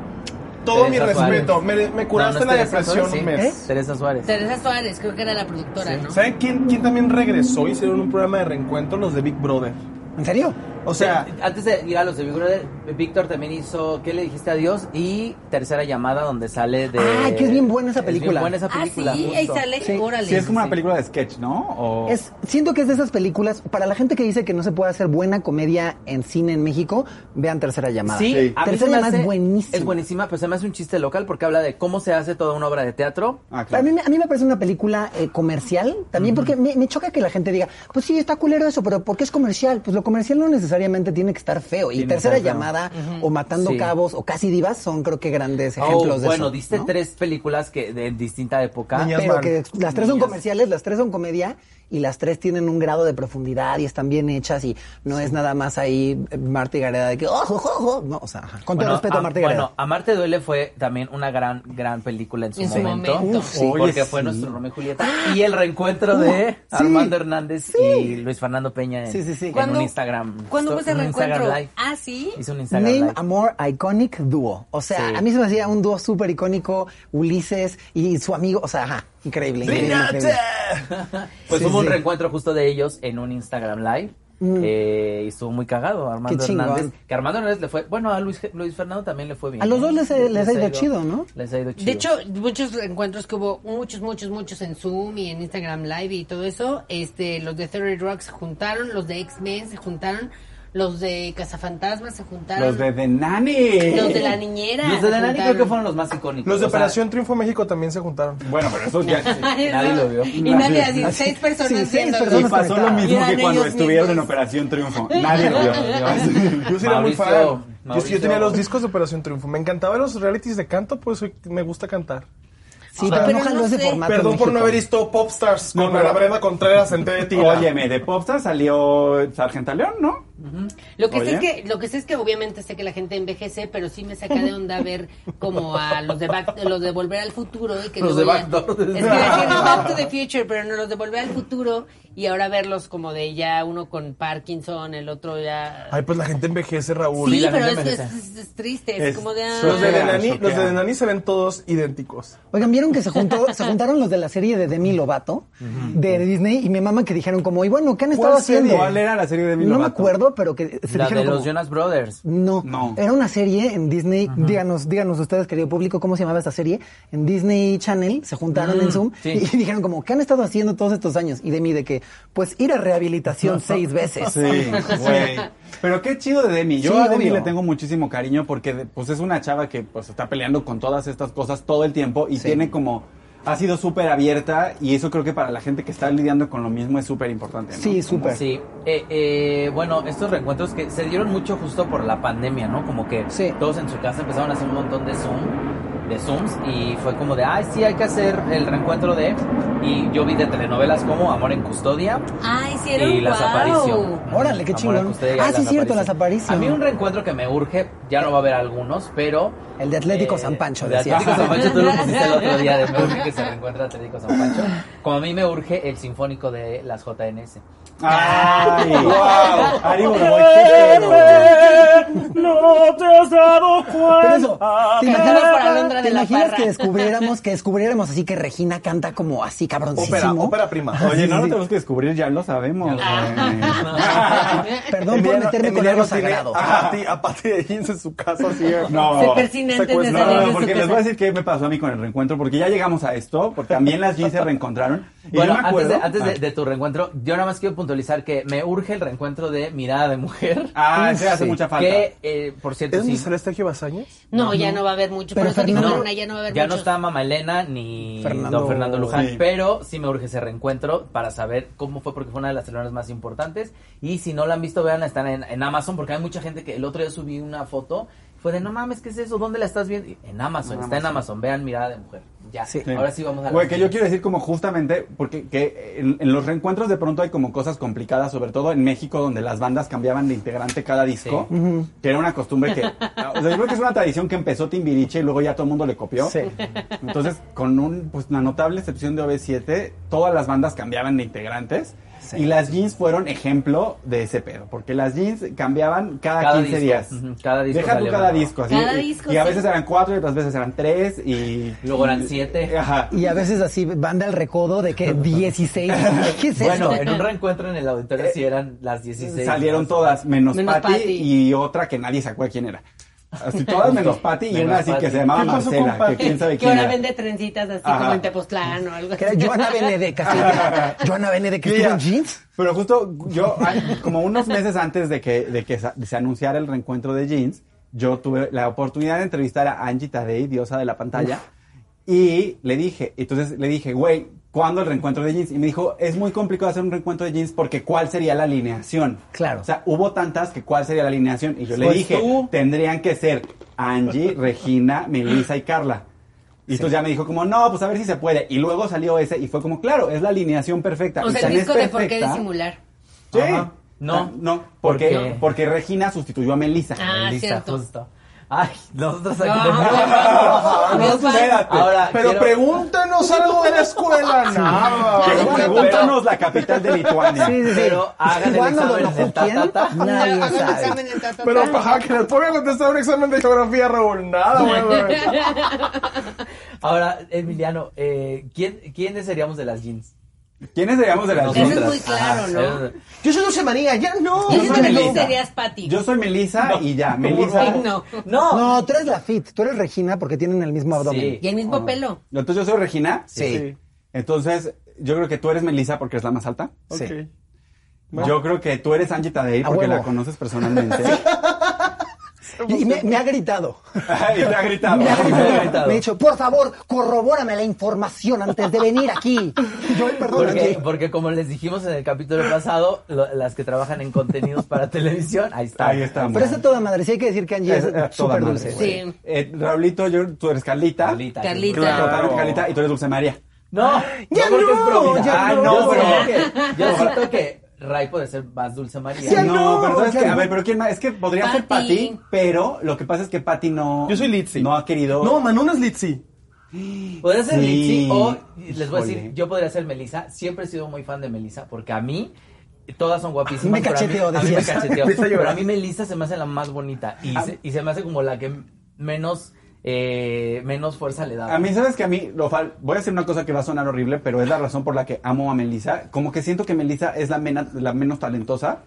todo Teresa mi respeto. Me, Suárez. me curaste No, no la es Teresa depresión ¿eh? Suárez, un sí. mes. Teresa Suárez. Teresa Suárez, creo que era la productora, ¿no? ¿Saben quién, quién también regresó? Hicieron un programa de reencuentro los de Big Brother. ¿En serio? O sea, antes de ir a los de Big Brother, Víctor también hizo ¿Qué le dijiste a Dios? Y Tercera Llamada, donde sale de. Ay, que es bien buena esa bien película. buena esa Ah, sí, película. ahí justo. sale. Sí. Órale. Sí, es como una película de sketch, ¿no? Oh. O- Es, siento que es de esas películas, para la gente que dice que no se puede hacer buena comedia en cine en México, vean Tercera Llamada. Sí, a mí se Tercera me Llamada hace- es buenísima. Es buenísima, pero se me hace un chiste local porque habla de cómo se hace toda una obra de teatro. Ah, A claro. mí, me- a mí me parece una película eh, comercial también, porque me, me choca que la gente diga, pues sí, está culero eso, pero ¿por qué es comercial? Pues lo comercial no necesariamente tiene que estar feo. Y Tiene que tercera estar feo. llamada Ujú. o matando Sí. cabos o casi divas son creo que grandes Oh, ejemplos de bueno, eso. diste tres películas que de distinta época. Pero que las tres son comerciales, las tres son comedia y las tres tienen un grado de profundidad y están bien hechas y no es nada más ahí eh, Marta y Gareda de que ojo, ojo, ojo. No, o sea, ajá. con todo Bueno, respeto a a- Marta y Gareda. Bueno, Amarte Duele fue también una gran, gran película en su En su momento. momento. Uf, sí. Porque Oye, fue sí. nuestro Romeo y Julieta. Y el reencuentro de Sí. Armando Hernández y Luis Fernando Peña en, Sí, sí, sí. en ¿Cuándo- un Instagram. cuándo Esto- fue ese un Instagram reencuentro? Live. Ah, sí. Hizo un Instagram Name, Live. Amor, Iconic Duo. O sea, Sí. a mí se me hacía un dúo súper icónico, Ulises y su amigo. O sea, ajá, increíble. increíble, increíble. Pues Sí, hubo un sí. reencuentro justo de ellos en un Instagram Live. Mm. eh, y estuvo muy cagado Armando Qué chingón. Hernández. Que a Armando Hernández le fue. Bueno, a Luis, Luis Fernando también le fue bien. ¿eh? A los ¿no? dos les, les ha ido chido, ¿no? Les ha ido chido. De hecho, muchos encuentros que hubo, muchos, muchos, muchos en Zoom y en Instagram Live y todo eso, este, los de Theory Rock se juntaron, los de X-Men se juntaron, los de Cazafantasmas se juntaron. Los de The Nanny. Los de la niñera. Los de se Danani creo juntaron. que fueron los más icónicos. Los de o sea, Operación Triunfo México también se juntaron. Bueno, pero eso ya. nadie lo vio. Y nadie así, Así- seis personas sí, seis viéndolo. Y personas pasó lo mismo Eran que cuando ellos estuvieron en mismos. Operación Triunfo. Nadie lo vio. Yo sí era muy Mauricio, fan. Yo sí- Yo, Mauricio. tenía los discos de Operación Triunfo. Me encantaban los realities de canto, pues soy- me gusta cantar. Sí, sea, pero, pero no jaló no ese sé. formato. en Perdón por no México. haber visto Popstars No, con pero- la Brenda Contreras en TV Tila. Óyeme, de Popstar salió Sargento León, ¿no? Lo que, Oye. sé es que, lo que sé es que obviamente sé que la gente envejece, pero sí me saca de onda ver como a los de, Back- los de Volver al Futuro. Y que Los luego de ya- Backdoor. Es que decían Back to the Future, pero no los de Volver al Futuro. Y ahora verlos como de ya uno con Parkinson, el otro ya... Ay, pues la gente envejece, Raúl. sí, la pero es, gente envejece. es- es- es triste, es, Es- como de... ah, los de Choquea, Denani, los choquea. de Denani se ven todos idénticos. Oigan, vieron que se juntó, se juntaron los de la serie de Demi Lovato de Disney y mi mamá que dijeron como, y bueno, ¿qué han estado ¿Cuál serie? haciendo? ¿Cuál era la serie de Demi No me Lovato? acuerdo, pero que se la de dijeron como, los Jonas Brothers. No, No. Era una serie en Disney. Díganos, díganos ustedes, querido público, cómo se llamaba esta serie. En Disney Channel se juntaron en Zoom sí. y, y dijeron como, ¿qué han estado haciendo todos estos años? Y de mí de que, pues ir a rehabilitación seis veces. Sí, güey. Pero qué chido de Demi. Yo Sí, a Demi obvio. le tengo muchísimo cariño porque de- pues es una chava que pues está peleando con todas estas cosas todo el tiempo y tiene como ha sido súper abierta y eso creo que para la gente que está lidiando con lo mismo es súper importante. ¿no? Sí, súper. Sí, eh, eh, bueno, estos reencuentros que se dieron mucho justo por la pandemia, ¿no? Como que Sí. todos en su casa empezaron a hacer un montón de Zoom, de Zooms, y fue como de, ay, sí, hay que hacer el reencuentro de... Y yo vi de telenovelas como Amor en Custodia Ah, hicieron. y Las guau. Aparicio. Órale, Amor qué en chingón. Custodia y Ah, sí, cierto, Las Aparicio. A mí un reencuentro que me urge, ya no va a haber algunos, pero... eh, El de Atlético San Pancho, de decía. Atlético San Pancho, tú lo pusiste el otro día, de me urge que se reencuentre Atlético San Pancho. Como a mí me urge el sinfónico de las JNS. ¡Ay! ¡Wow! Ari Boroboy, qué pedo, güey. Pero eso, ¿te Cantamos imaginas, para Alondra te de la imaginas Parra. que descubriéramos, que descubriéramos así que Regina canta como así cabroncísimo? Ópera, ópera prima. Oye, no lo tenemos que descubrir, ya lo sabemos. Ah. güey. Perdón por Emiliano- meterme con Emiliano algo tiene sagrado. A Patty, a Patty de Jeans en su casa, así. No. Se persina antes de Secuestrado. salir ¿eh? Pues de No, su no, porque les casa. voy a decir qué me pasó a mí con el reencuentro, porque ya llegamos a esto, porque también las jeans se reencontraron. Y Bueno, yo me acuerdo. antes, de, antes de- Ah. de tu reencuentro, yo nada más quiero puntualizar que me urge el reencuentro de Mirada de Mujer. Ah, ese hace Sí. mucha falta. Que, eh, por cierto, ¿Es donde sí. sale Sergio Bazañez? No, ya no va a haber mucho. Pero por eso dijo Fernando- Luna, ya no va a haber Ya no muchos. está Mama Elena ni Fernando- don Fernando Luján, Sí. pero sí me urge ese reencuentro para saber cómo fue, porque fue una de las telenovelas más importantes. Y si no la han visto, vean, están en, en Amazon, porque hay mucha gente que el otro día subí una foto. Fue de, no mames, ¿qué es eso? ¿Dónde la estás viendo? Y En Amazon, En está en Amazon. Vean Mirada de Mujer. Ya, Sí. ahora sí vamos a la Güey, que yo siguiente. quiero decir como justamente, porque que en, en los reencuentros de pronto hay como cosas complicadas, sobre todo en México, donde las bandas cambiaban de integrante cada disco, que era una costumbre que, o sea, yo creo que es una tradición que empezó Timbiriche y luego ya todo el mundo le copió. Sí. Entonces, con un, pues, una notable excepción de OV7, todas las bandas cambiaban de integrantes. Sí. Y las jeans fueron ejemplo de ese pedo, porque las jeans cambiaban cada, Cada 15 disco, días. ujú, cada disco Deja tú salía cada uno. disco, así. Cada y, disco, y a sí. veces eran cuatro y otras veces eran tres y... Luego eran siete. Ajá. Y a veces así, banda al recodo de que 16. ¿Qué es Bueno, eh, esto? en un reencuentro en el auditorio sí eran las 16. Salieron todas, menos, Menos Patty, Patty. y otra que nadie se acuerda quién era. Así, todas menos Patty y Menos una así Patty. que se llamaba ¿Qué pasó con Marcela, que Patty? quién sabe Que quién ahora era. vende trencitas así Ajá. como en Tepoztlán o algo así. Que era Joana Benedek, así. que- Joana Benedek que estuvo en Mira, jeans. Pero justo yo, a- como unos meses antes de que, de que sa- se anunciara el reencuentro de Jeans, yo tuve la oportunidad de entrevistar a Angie Tadei, diosa de la pantalla, y le dije, entonces le dije, güey, ¿cuándo el reencuentro de jeans? Y me dijo, es muy complicado hacer un reencuentro de jeans porque ¿cuál sería la alineación? Claro. O sea, hubo tantas que ¿cuál sería la alineación? Y yo le Pues dije, tú. tendrían que ser Angie, Regina, Melissa y Carla. Y entonces ya me dijo como, no, pues a ver si se puede. Y luego salió ese y fue como, claro, es la alineación perfecta. O Y sea, tan el es disco de por qué perfecta- disimular. Sí. Ajá. No, no, porque, Porque- porque Regina sustituyó a Melissa. Ah, Melissa, cierto. justo. Ay, nosotros aquí No, tenemos- no, no, no, espérate. Ahora, Pero Ah, quiero- pregúntanos algo de la escuela. Nada. Pero pregúntanos la capital de Lituania. Sí, sí, sí. Pero hagan el ¿Cuándo examen donó de ta, quién? ta, ta. Nadie Hagan sabe. examen en ta, ta, Pero ta. para que les pongan a contestar un examen de geografía, Raúl. Nada, güey, güey. Ahora, Emiliano, eh, ¿quién, ¿quiénes seríamos de las jeans? Ah, ¿Quiénes seríamos de las Eso es otras? muy claro, ¿no? Ajá. Yo soy Dulce María, ya no. Yo siento que tú Melissa. serías Patty. Yo soy Melissa y ya, Melissa. Ay, no. No, No, tú eres la fit, tú eres Regina porque tienen el mismo abdomen. Sí. Y el Ah. mismo pelo. Entonces yo soy Regina. Sí. Entonces yo creo que tú eres Melissa porque es la más alta. Ok. Sí. Yo creo que tú eres Angie Tadei A porque huevo. la conoces personalmente. Y me, me ha gritado. y te ha gritado. Me ha gritado. gritado. Me ha dicho, por favor, corrobórame la información antes de venir aquí. Y yo, "Ay, perdón, Porque, Angie". porque como les dijimos en el capítulo pasado, lo- las que trabajan en contenidos para televisión, ahí está. Ahí estamos. Pero es de toda madre, sí hay que decir que Angie Es- es es toda súper madre, dulce. güey. Sí. Eh, Raulito, yo, tú eres Carlita. Carlita. Carlita. Claro, totalmente Carlita. Y tú eres Dulce María. No, Ya no, porque no, es bromita. ya Ay, no, yo pero- siento que, yo siento que Ray puede ser más dulce María. Ya no, no, pero ¿sabes ya qué? no. A ver, pero ¿quién más? Es que podría ser Patty. Patty, pero lo que pasa es que Patty no. Yo soy Litzy. No ha querido. No, Manuna es Litzy. Podría ser Sí. Litzy o les voy a decir, Híjole. yo podría ser Melissa. Siempre he sido muy fan de Melissa porque a mí todas son guapísimas. Me pero a mí- cacheteó, a mí, me decías. cacheteó. Empieza a llorar. Pero a mí Melissa se me hace la más bonita y, se, y se me hace como la que menos eh, menos fuerza le da. A mí, ¿sabes que A mí, lo fal- voy a decir una cosa que va a sonar horrible, pero es la razón por la que amo a Melissa. Como que siento que Melissa es la, mena- la menos talentosa,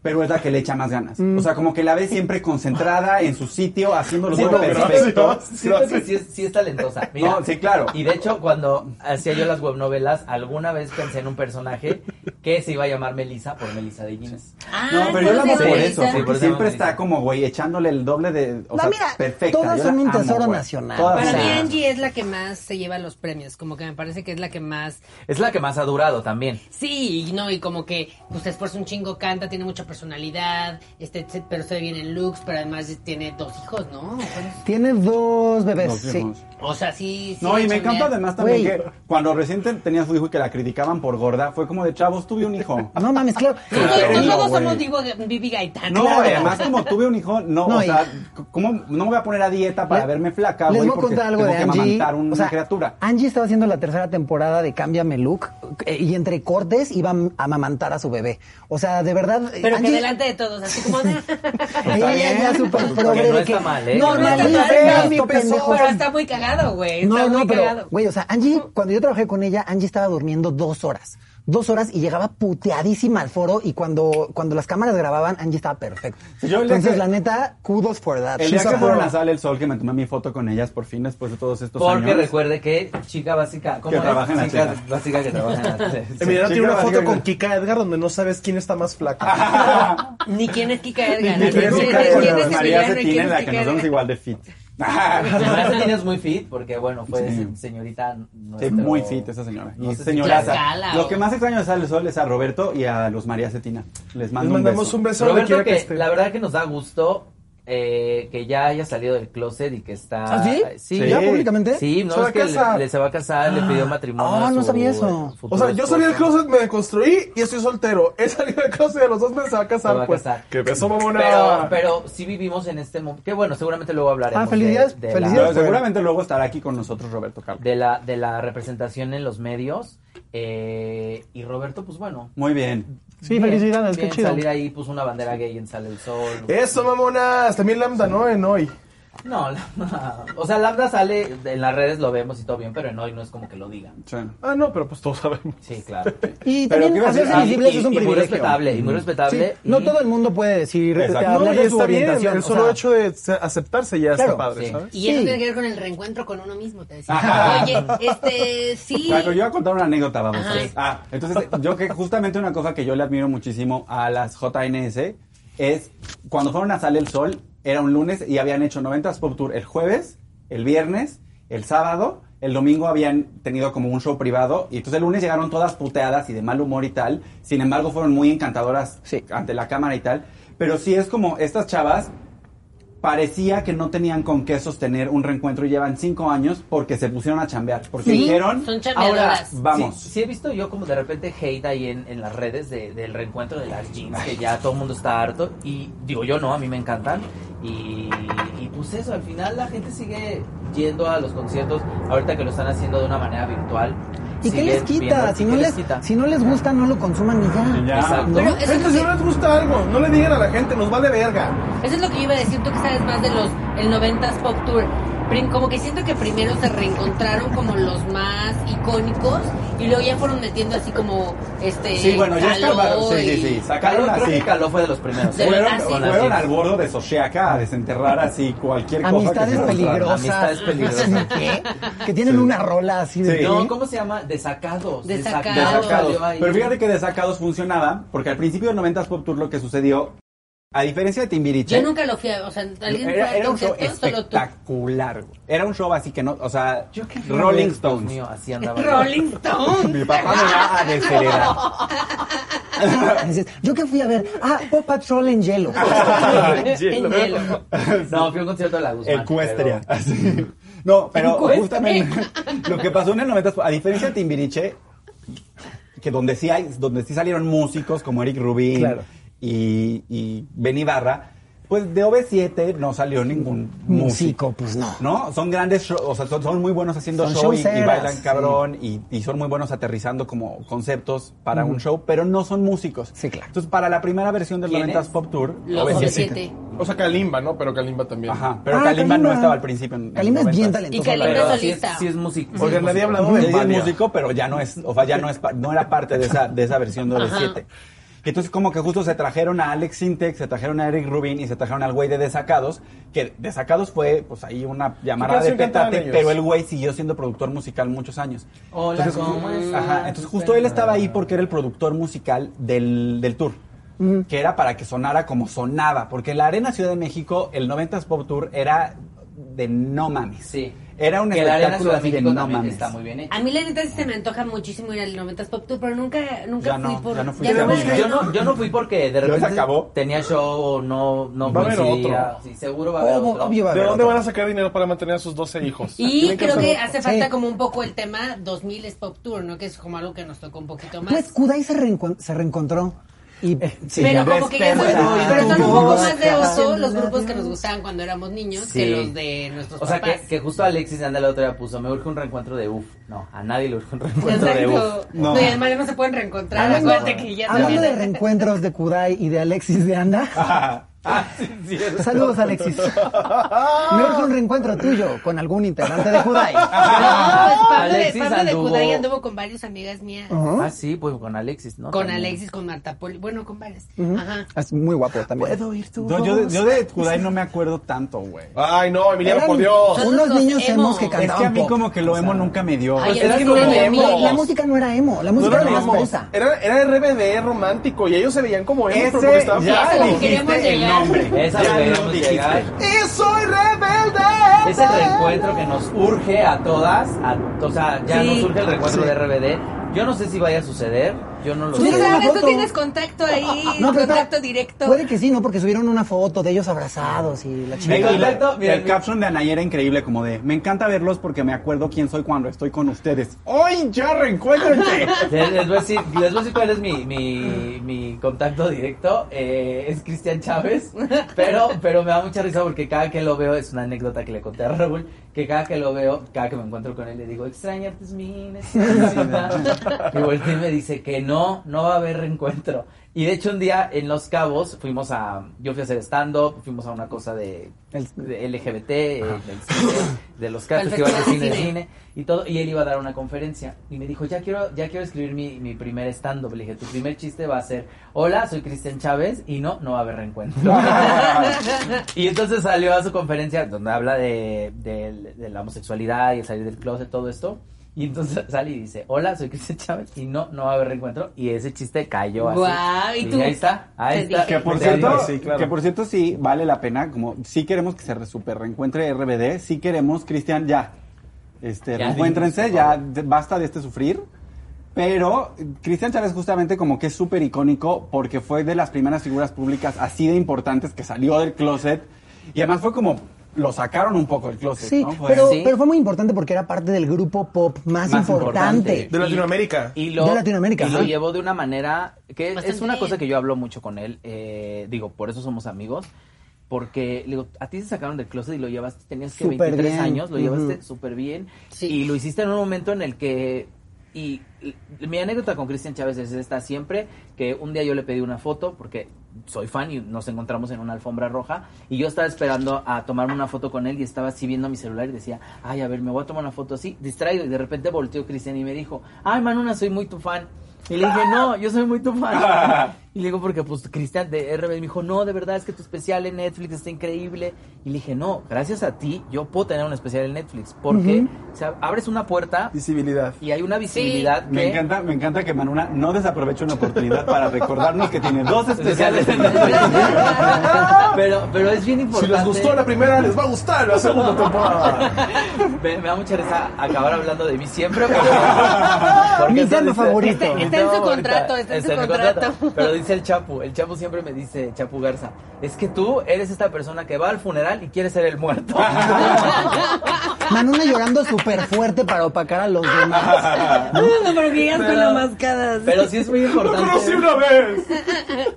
pero es la que le echa más ganas. O sea, como que la ves siempre concentrada en su sitio, haciendo lo Siento que- perfecto. Siento que sí es, sí es talentosa. Mira, No, sí, claro. Y de hecho, cuando hacía yo las webnovelas, alguna vez pensé en un personaje que se iba a llamar Melissa por Melissa de Guinness. Ah, No, pero yo la amo entonces, por sí, eso, sí, Melissa, por porque eso siempre me está gusta. como, güey, echándole el doble de. O No, sea, mira, perfecta. todas Yo la son un amo, tesoro güey. nacional. Todas Para son- mí Angie es la que más se lleva los premios, como que me parece que es la que más Es la que más ha durado también. Sí, y no, y como que pues, se esfuerza un chingo, canta, tiene mucha personalidad, este, se- pero se ve bien en looks, pero además tiene dos hijos, ¿no? Tiene dos bebés, Los sí. hijos. O sea, sí. sí No, y la me encanta chambea. además también Güey. que cuando recién te- tenía su hijo y que la criticaban por gorda, fue como de chavos, tuve un hijo. No mames, claro. Sí, Todos, Pero, todos güey. somos digo, Vivi Gaitán. No, Claro. además como tuve un hijo, no, No, o y- sea, c- ¿cómo no me voy a poner a dieta para Le- verme flaca, Les güey? voy a Porque contar algo tengo de que Angie. amamantar una O sea, criatura. Angie estaba haciendo la tercera temporada de Cámbiame Look eh, y entre cortes iba a amamantar a su bebé. O sea, de verdad. eh, Pero que Angie- delante de todos, así como. Ella ya, bien. super Pues, progre que no de está mal, ¿eh? No, Que no, no está Angie, mal, vean no, mi no, pendejo. pero está muy cagado, güey. Está No, no, muy pero, cagado. güey, o sea, Angie, cuando yo trabajé con ella, Angie estaba durmiendo dos horas. Dos horas y llegaba puteadísima al foro y cuando, cuando las cámaras grababan, Angie estaba perfecta. Sí, yo el día Entonces, que- la neta, kudos for that. El día She's a que fueron pro. a Sale el Sol, que me tomé mi foto con ellas por fin después de todos estos Porque años. recuerde que chica básica, ¿cómo Que es? trabaja en la chica chica. básica que trabaja en la tele. Emiliano Sí, tiene una chica, foto básica- con Kika Edgar donde no sabes quién está más flaca. Ni quién es Kika Edgar. Ni Ni quién quién es es Kika Edgar. quién es María Emiliano y Cetina, quién en es la que Kika nos vemos Edgar. igual de fit. Ah, Además, tienes muy fit porque, bueno, fue Sí. se- señorita. Sí, nuestro- muy fit esa señora. este No Y sé si señoraza. Tlaxcala Lo o- que más extraño de Sale el Sol es a Roberto y a Luz María Cetina. Les Les mando un mandamos beso. un beso donde Roberto, quiera que, que esté. la verdad que nos da gusto eh, que ya haya salido del closet y que está. eh, ¿Ah, sí? Sí, ¿Ya públicamente? Sí, no Se va es a que casar. le, le se va a casar, le pidió matrimonio. Ah, a no su sabía eso. O sea, yo salí del esposo. closet, me deconstruí y estoy soltero. He salido del closet de los dos meses, se va a casar. Se va a pues. casar. Que beso, mamona. Pero, pero sí vivimos en este momento. Que bueno, seguramente luego hablaremos. Ah, felicidades, de- de la- felicidades. Pero seguramente luego estará aquí con nosotros Roberto Carlos. de la, de la representación en los medios. eh, y Roberto, pues bueno. Muy bien. Sí, felicidades, qué bien chido. Salir ahí puso una bandera gay en Sale el Sol. Eso, mamonas. También Lambda, ¿no? En hoy. No, la- o sea, Lambda sale en las redes, lo vemos y todo bien, pero en hoy no es como que lo digan. Sí. Ah, no, pero pues todos sabemos. Sí, claro. Y Pero también quiero decir, hacerse ah, visible y- eso es un y muy privilegio. respetable, y muy respetable. Sí, No y- todo el mundo puede decir, Exacto. te No, No, hablar y de su está bien. orientación. El o solo sea, hecho de se- aceptarse ya Claro, está padre, sí. ¿sabes? Y eso Sí. tiene que ver con el reencuentro con uno mismo, te decía. Ajá. Oye, este, sí. Claro, yo voy a contar una anécdota, vamos. Ajá. pues. Ah, entonces, yo que justamente una cosa que yo le admiro muchísimo a las JNS es cuando fueron a Sale el Sol, era un lunes y habían hecho 90s Pop Tour el jueves, el viernes, el sábado el domingo habían tenido como un show privado y entonces el lunes llegaron todas puteadas y de mal humor y tal. Sin embargo, fueron muy encantadoras ante la cámara y tal. Pero sí es como estas chavas parecía que no tenían con qué sostener un reencuentro y llevan cinco años porque se pusieron a chambear. Porque dijeron, ahora vamos. Sí, sí he visto yo como de repente hate ahí en, en las redes de- del reencuentro de las jeans, que ya todo el mundo está harto. Y digo yo no, a mí me encantan. Y, y pues eso, al final la gente sigue yendo a los conciertos, ahorita que lo están haciendo de una manera virtual. ¿Y qué siguen les quita? viendo- Si ¿qué no les, si no les gusta, no lo consuman y ya. Exacto. ¿No? Oigan, gente, si no les gusta algo, no le digan a la gente, nos vale verga. Eso es lo que yo iba a decir, tú que sabes más de los el 90s Pop Tour. Prim- Como que siento que primero se reencontraron como los más icónicos y luego ya fueron metiendo así como este. Sí, bueno, ya Caló escarbaron. Sí, sí, y- sí. Sacaron Caló, creo así. que Caló fue de los primeros. De fueron verdad, Ah, sí. fueron Con las al bordo de Socheaca a desenterrar así cualquier cosa. que Amistades se encontraran. peligrosas. ¿Qué? Que tienen una rola así de... "Ah, Sí. No, ¿cómo se llama? Desacados. Desacados. Desacados. salió ahí. Pero fíjate que Desacados funcionaba porque al principio del 90s Pop Tour lo que sucedió, a diferencia de Timbiriche. Yo nunca lo fui a. O sea, alguien fue Eh, Era, al era un show concierto, solo tú. espectacular. güey. Era un show así que no, o sea, Yo qué feo, Rolling Dios Stones. mío, así andaba yo. Rolling Stone. Mi papá me va a desheredar. ah, Dices, Yo que fui a ver, ah, Pop Patrol en hielo. En hielo. No, fui a un concierto de la Guzmán. Ecuestria. Así. No, pero Ecuestria. justamente lo que pasó en el 90, a diferencia de Timbiriche, que donde sí, hay, donde sí salieron músicos como Eric Rubin Claro. y, y Ben Ibarra, pues de OV7 no salió ningún músico. Músico, pues no. ¿No? Son grandes, show- o sea, son, son muy buenos haciendo Son show y, y showceras, bailan sí. cabrón y, y son muy buenos aterrizando como conceptos para un show, pero no son músicos. Sí, claro. Entonces, para la primera versión del ¿Quiénes? 90s Pop Tour, Los OV7. 97. O sea, Kalimba, ¿no? Pero Kalimba también. Ajá, pero Ah, Kalimba, Kalimba. no estaba al principio. en- en Kalimba es los bien 90s. talentoso. Y Kalimba Pero sí es, solista. sí es músico. Oigan, Sí es músico. nadie habla de Sí, es Valia. pues, músico, pero ya no es, o sea, ya no es, pa- no era parte de esa, de esa versión de los siete. Y Entonces, como que justo se trajeron a Alex Sintek, se trajeron a Eric Rubin y se trajeron al güey de Desacados, que Desacados fue, pues ahí una llamada de canción cantaban petate, ellos? pero el güey siguió siendo productor musical muchos años. Hola, entonces, ¿cómo estás? ajá, entonces justo él estaba ahí porque era el productor musical del, del tour. Que era para que sonara como sonaba, porque la Arena Ciudad de México, el 90s Pop Tour, era de no mames. Sí. Era un Que la Arena espectáculo Ciudad de así de México no también mames. está muy bien hecha. Ah, A mí la neta sí se me antoja muchísimo ir al 90s Pop Tour, pero nunca, nunca Ya fui no, por. ya no fui. me Ya no, voy a- Yo no, yo no fui porque de se repente acabó? tenía show, no, no Va a haber coincidía. otro. Sí, seguro va a haber Obvio, otro. obvio va a ¿De haber dónde otro. van a sacar dinero para mantener a sus 12 hijos? Y Tienen creo que hacer- hace falta Sí. como un poco el tema 2000 es Pop Tour, ¿no? Que es como algo que nos tocó un poquito más. Pues Kudai se, reencuen- se reencontró. Y, eh, sí, pero como que ya son, Despertar pero son un tu poco más de voz. oso los grupos que nos gustaban cuando éramos niños Sí. que los de nuestros O sea, que, papás. que justo Alexis anda el otro día puso, me urge un reencuentro de UF. No, a nadie le urge un reencuentro de UF. Exacto. No. No. y además ya no se pueden reencontrar. Ah, no. Acuérdate que ya Hablando de también- reencuentros de Kudai y de Alexis de Anda. Ah, sí, sí, es- Saludos, Alexis. Me urge un reencuentro tuyo con algún integrante de Kudai. No, pues Pablo, de- Alexis Pablo de anduvo- Kudai anduvo con varias amigas mías. Ah, sí, pues con Alexis, ¿no? Con También. Alexis, con Marta Poli. Bueno, con varias. Ajá. Es muy guapo también. No, yo, de, yo de Kudai no me acuerdo tanto, güey. Ay, no, Emiliano, Eran por Dios. Unos Son los niños emo. emos que Es que a Es cantaban que a mí pop. como que lo emo nunca me dio. Ay, Pues es eras que una no era emo. emo. La música no era emo, la música No era era más emo. fresa. Eh, Era, era RBD romántico y ellos se veían como emo, pero porque Ese estaban ya Eso flacos. lo queremos dijiste el llegar. nombre. Esa Ya la lo queremos dijiste. llegar. ¡Y soy rebelde! Es el reencuentro que nos urge a todas. a- o sea, ya Sí. nos urge el reencuentro de RBD. Yo no sé si vaya a suceder. Yo no lo Pues Tú Subieron sé. una sabes, tú foto. Ah, tienes contacto ahí, No, pero contacto espera. directo. Puede que sí, ¿no? Porque subieron una foto de ellos abrazados y la Me chica. Venga. encanta- Mira, el mira. caption de Anay era increíble, como de me encanta verlos porque me acuerdo quién soy cuando estoy con ustedes. ¡Hoy ya reencuéntrense! Les, les voy a decir, les voy a decir cuál es mi, mi, mi contacto directo. Eh, es Cristian Chávez. Pero, pero me da mucha risa porque cada que lo veo, es una anécdota que le conté a Raúl, que cada que lo veo, cada que me encuentro con él, le digo, extrañarte es mi necesidad. Y volteé y me dice que no, no va a haber reencuentro. Y de hecho un día en Los Cabos fuimos a, yo fui a hacer stand-up, fuimos a una cosa de, de LGBT, eh, del cine, de los Al Cabos, festival festival de de cine, de cine. cine cine y todo y él iba a dar una conferencia y me dijo ya quiero ya quiero escribir mi, mi primer stand up le dije tu primer chiste va a ser hola soy Cristian Chávez y no no va a haber reencuentro y entonces salió a su conferencia donde habla de, de- de la homosexualidad y el salir del closet todo esto y entonces sale y dice hola soy Cristian Chávez y no no va a haber reencuentro y ese chiste cayó así Guau, ¿y Dije, tú? ahí está ahí Te está dije. Que por, Te digo, cierto, sí. que por cierto sí vale la pena, como sí queremos que se re- super reencuentre RBD, sí queremos, Cristian, ya. Este, Ya, reencuéntrense, dinos, ya de- basta de este sufrir. Pero eh, Cristian Chávez justamente como que es súper icónico porque fue de las primeras figuras públicas así de importantes que salió del closet y además fue como lo sacaron un poco del closet. Sí, ¿no? Fue- pero, pero fue muy importante porque era parte del grupo pop más, Más importante. importante. De Latinoamérica. Y lo, De Latinoamérica, y lo ajá. llevó de una manera que es Bastante una bien. cosa que yo hablo mucho con él. eh, digo, por eso somos amigos. Porque, le digo, a ti te sacaron del closet y lo llevaste, tenías que Súper 23 bien, años, lo ujú. llevaste súper bien. Sí. Y lo hiciste en un momento en el que. Y, y mi anécdota con Cristian Chávez es esta siempre: que un día yo le pedí una foto, porque soy fan y nos encontramos en una alfombra roja. Y yo estaba esperando a tomarme una foto con él y estaba así viendo mi celular y decía, ay, a ver, me voy a tomar una foto así, distraído. Y de repente volteó Cristian y me dijo, ay, Manuna, soy muy tu fan. Y le dije, no, yo soy muy tu fan. Y le digo, porque pues Cristian de RB me dijo, no, de verdad es que tu especial en Netflix está increíble. Y le dije, no, gracias a ti yo puedo tener un especial en Netflix porque o sea, abres una puerta Visibilidad. y hay una visibilidad que... Me encanta, me encanta que Manuna no desaproveche una oportunidad para recordarnos que tiene dos especiales en pero, pero es bien Si importante. les gustó la primera, les va a gustar la segunda temporada. Me, me da mucha risa acabar hablando de mí siempre. porque- porque Mi eso tema dice- favorito. Está mi en tema su favorito. contrato, está en su contrato. Pero dice el Chapu, el Chapu siempre me dice, Chapu Garza, es que tú eres esta persona que va al funeral y quiere ser el muerto. Manuna llorando súper fuerte para opacar a los demás. Ah, No, pero que llegas con la mascada. sí. Pero sí es muy ¡Lo importante. conocí una vez!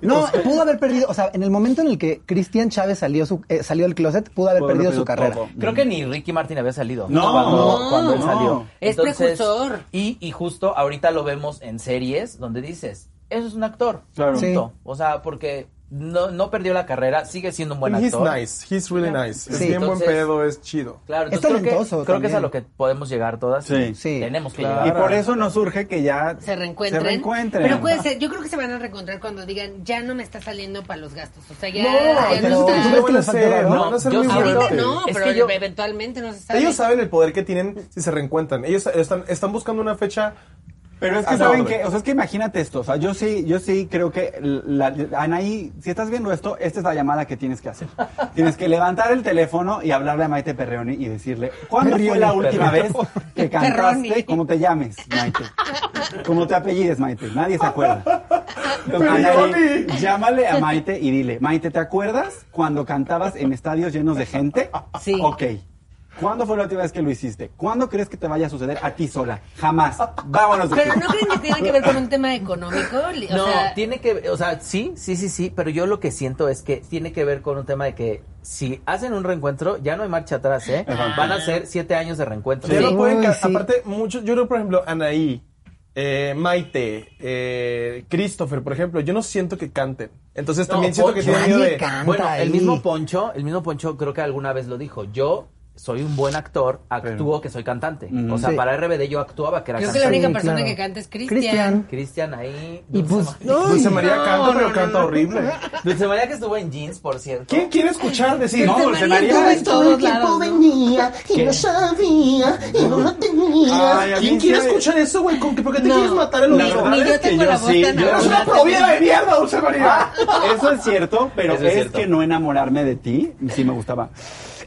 No, pudo haber perdido, o sea, en el momento en el que Cristian Chávez salió su, eh, salió del closet, pudo haber Pudo haber perdido perdido su carrera. todo. Creo que ni Ricky Martin había salido. No, cuando, no, cuando él no. salió. Es precursor. Y, y justo ahorita lo vemos en series donde dices, eso es un actor. Claro. Punto. Sí. O sea, porque no, no perdió la carrera, sigue siendo un buen And he's actor. nice, he's really nice. Es Sí, bien entonces- buen pedo, es chido. Claro, Es entonces creo que- talentoso Creo que, también. es a lo que podemos llegar todas. Sí. y Sí. Tenemos que Claro. Y llegar. por eso nos surge que ya se reencuentren. se reencuentren. Pero puede ser, yo creo que se van a reencontrar cuando digan, ya no me está saliendo para los gastos. O sea, ya No, ya pero no tú está. ves que van a les falta hacer, algo. no van a ser No, muy yo Ahorita fuertes. no, Es pero que yo- eventualmente no se sabe. Ellos saben el poder que tienen si se reencuentran. Ellos están, están buscando una fecha. Pero es que Ah, no, saben güey. que, o sea, es que imagínate esto, o sea, yo sí, yo sí creo que la, la- Anaí, si estás viendo esto, esta es la llamada que tienes que hacer. tienes que levantar el teléfono y hablarle a Maite Perreoni y decirle, ¿cuándo fue Perreoni, la última Perreoni. vez que cantaste Perroni. como te llames, Maite? Como te apellides, Maite, nadie se acuerda. Perreoni. Anaí, llámale a Maite y dile, Maite, ¿te acuerdas cuando cantabas en estadios llenos de gente? Sí. Ok. ¿Cuándo fue la última vez que lo hiciste? ¿Cuándo crees que te vaya a suceder a ti sola? Jamás. Vámonos. de Pero aquí. no creen que tiene que ver con un tema económico. Li- O No, sea, tiene que, o sea, sí, sí, sí, sí, pero yo lo que siento es que tiene que ver con un tema de que si hacen un reencuentro, ya no hay marcha atrás, ¿eh? Van a ser siete años de reencuentro. Ya no pueden Uy, ca- sí. Aparte, muchos, yo creo, por ejemplo, Anaí, eh, Maite, eh, Christopher, por ejemplo, yo no siento que canten. Entonces No, también siento que Poncho. tienen miedo Nadie de. canta Bueno, ahí. el mismo Poncho, el mismo Poncho creo que alguna vez lo dijo. Yo soy un buen actor, actúo que soy cantante. O sea, Sí. para RBD yo actuaba que era creo que la cantante. única Sí, persona claro. que canta es Cristian. Cristian. Cristian ahí. Y Dulce pues, María. no, Dulce María canta, pero canta horrible. Dulce María que estuvo en jeans, por cierto. ¿Quién quiere escuchar decir? No, Dulce María estuvo María. en todos lados. ¿no? venía y no sabía y no lo tenía. Ay, a mí ¿Quién quiere sí. escuchar eso, güey? ¿Con qué? ¿Por qué te quieres matar el Ni, oído? ni yo tengo la voz tan ¡Eres una arrogante. proviera de mierda, Dulce María! Eso es cierto, pero Eso es es, cierto. que no enamorarme de ti sí me gustaba.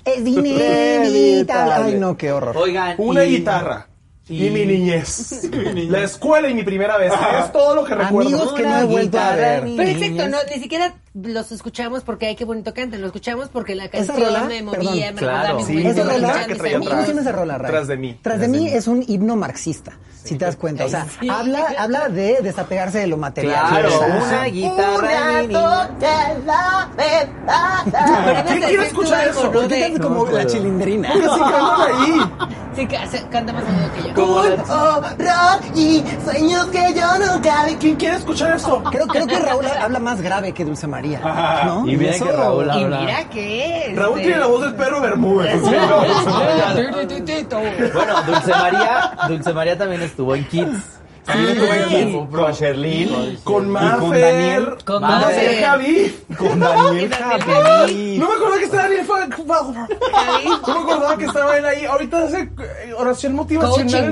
Es inevitable. Ay, no, qué horror. Oigan. Una y- guitarra. Y, y- mi niñez. La escuela y mi primera vez. Es todo lo que recuerdo. Amigos que no Una he vuelto a guitarra, ver. ni- Pero exacto, no, ni siquiera los escuchamos porque hay que bonito cantan, lo escuchamos porque la Esa canción rola, me perdón. movía, me Claro. recordaba a mis Sí, buenos Esa la amigos, rola, guitarra a que mis traía ¿cómo amigos. atrás. se llama esa rola, Ray? Tras de mí. Tras de mí es un himno marxista, si te das cuenta. O sea, Ay, sí. habla, habla de desapegarse de lo material. Claro, O sea, una guitarra. Una, ni- ni- dos, tres, la verdad. ¿Qué quiero escuchar eso? ¿no? ¿Qué De- tal como la chilindrina? Sí, ca- se- canta más bonito que yo. Un horror y sueños que yo nunca vi. ¿Quién quiere escuchar eso? Creo, creo que Raúl habla más grave que Dulce María. ¿no? Y mira eso- que Raúl Y habla. mira que es. Raúl tiene la voz del perro Bermúdez. ¿sí? Bueno, Dulce María, Dulce María también estuvo en Kids. Con Sherlyn. Con Mafer, Mafer. con Daniel. Con Con Mafer. Daniel Javi. Con Daniel Javi. No me acordaba que estaba Daniel Fa- Fa- Fa- No me acordaba que estaba él ahí. Ahorita hace eh, oración motivacional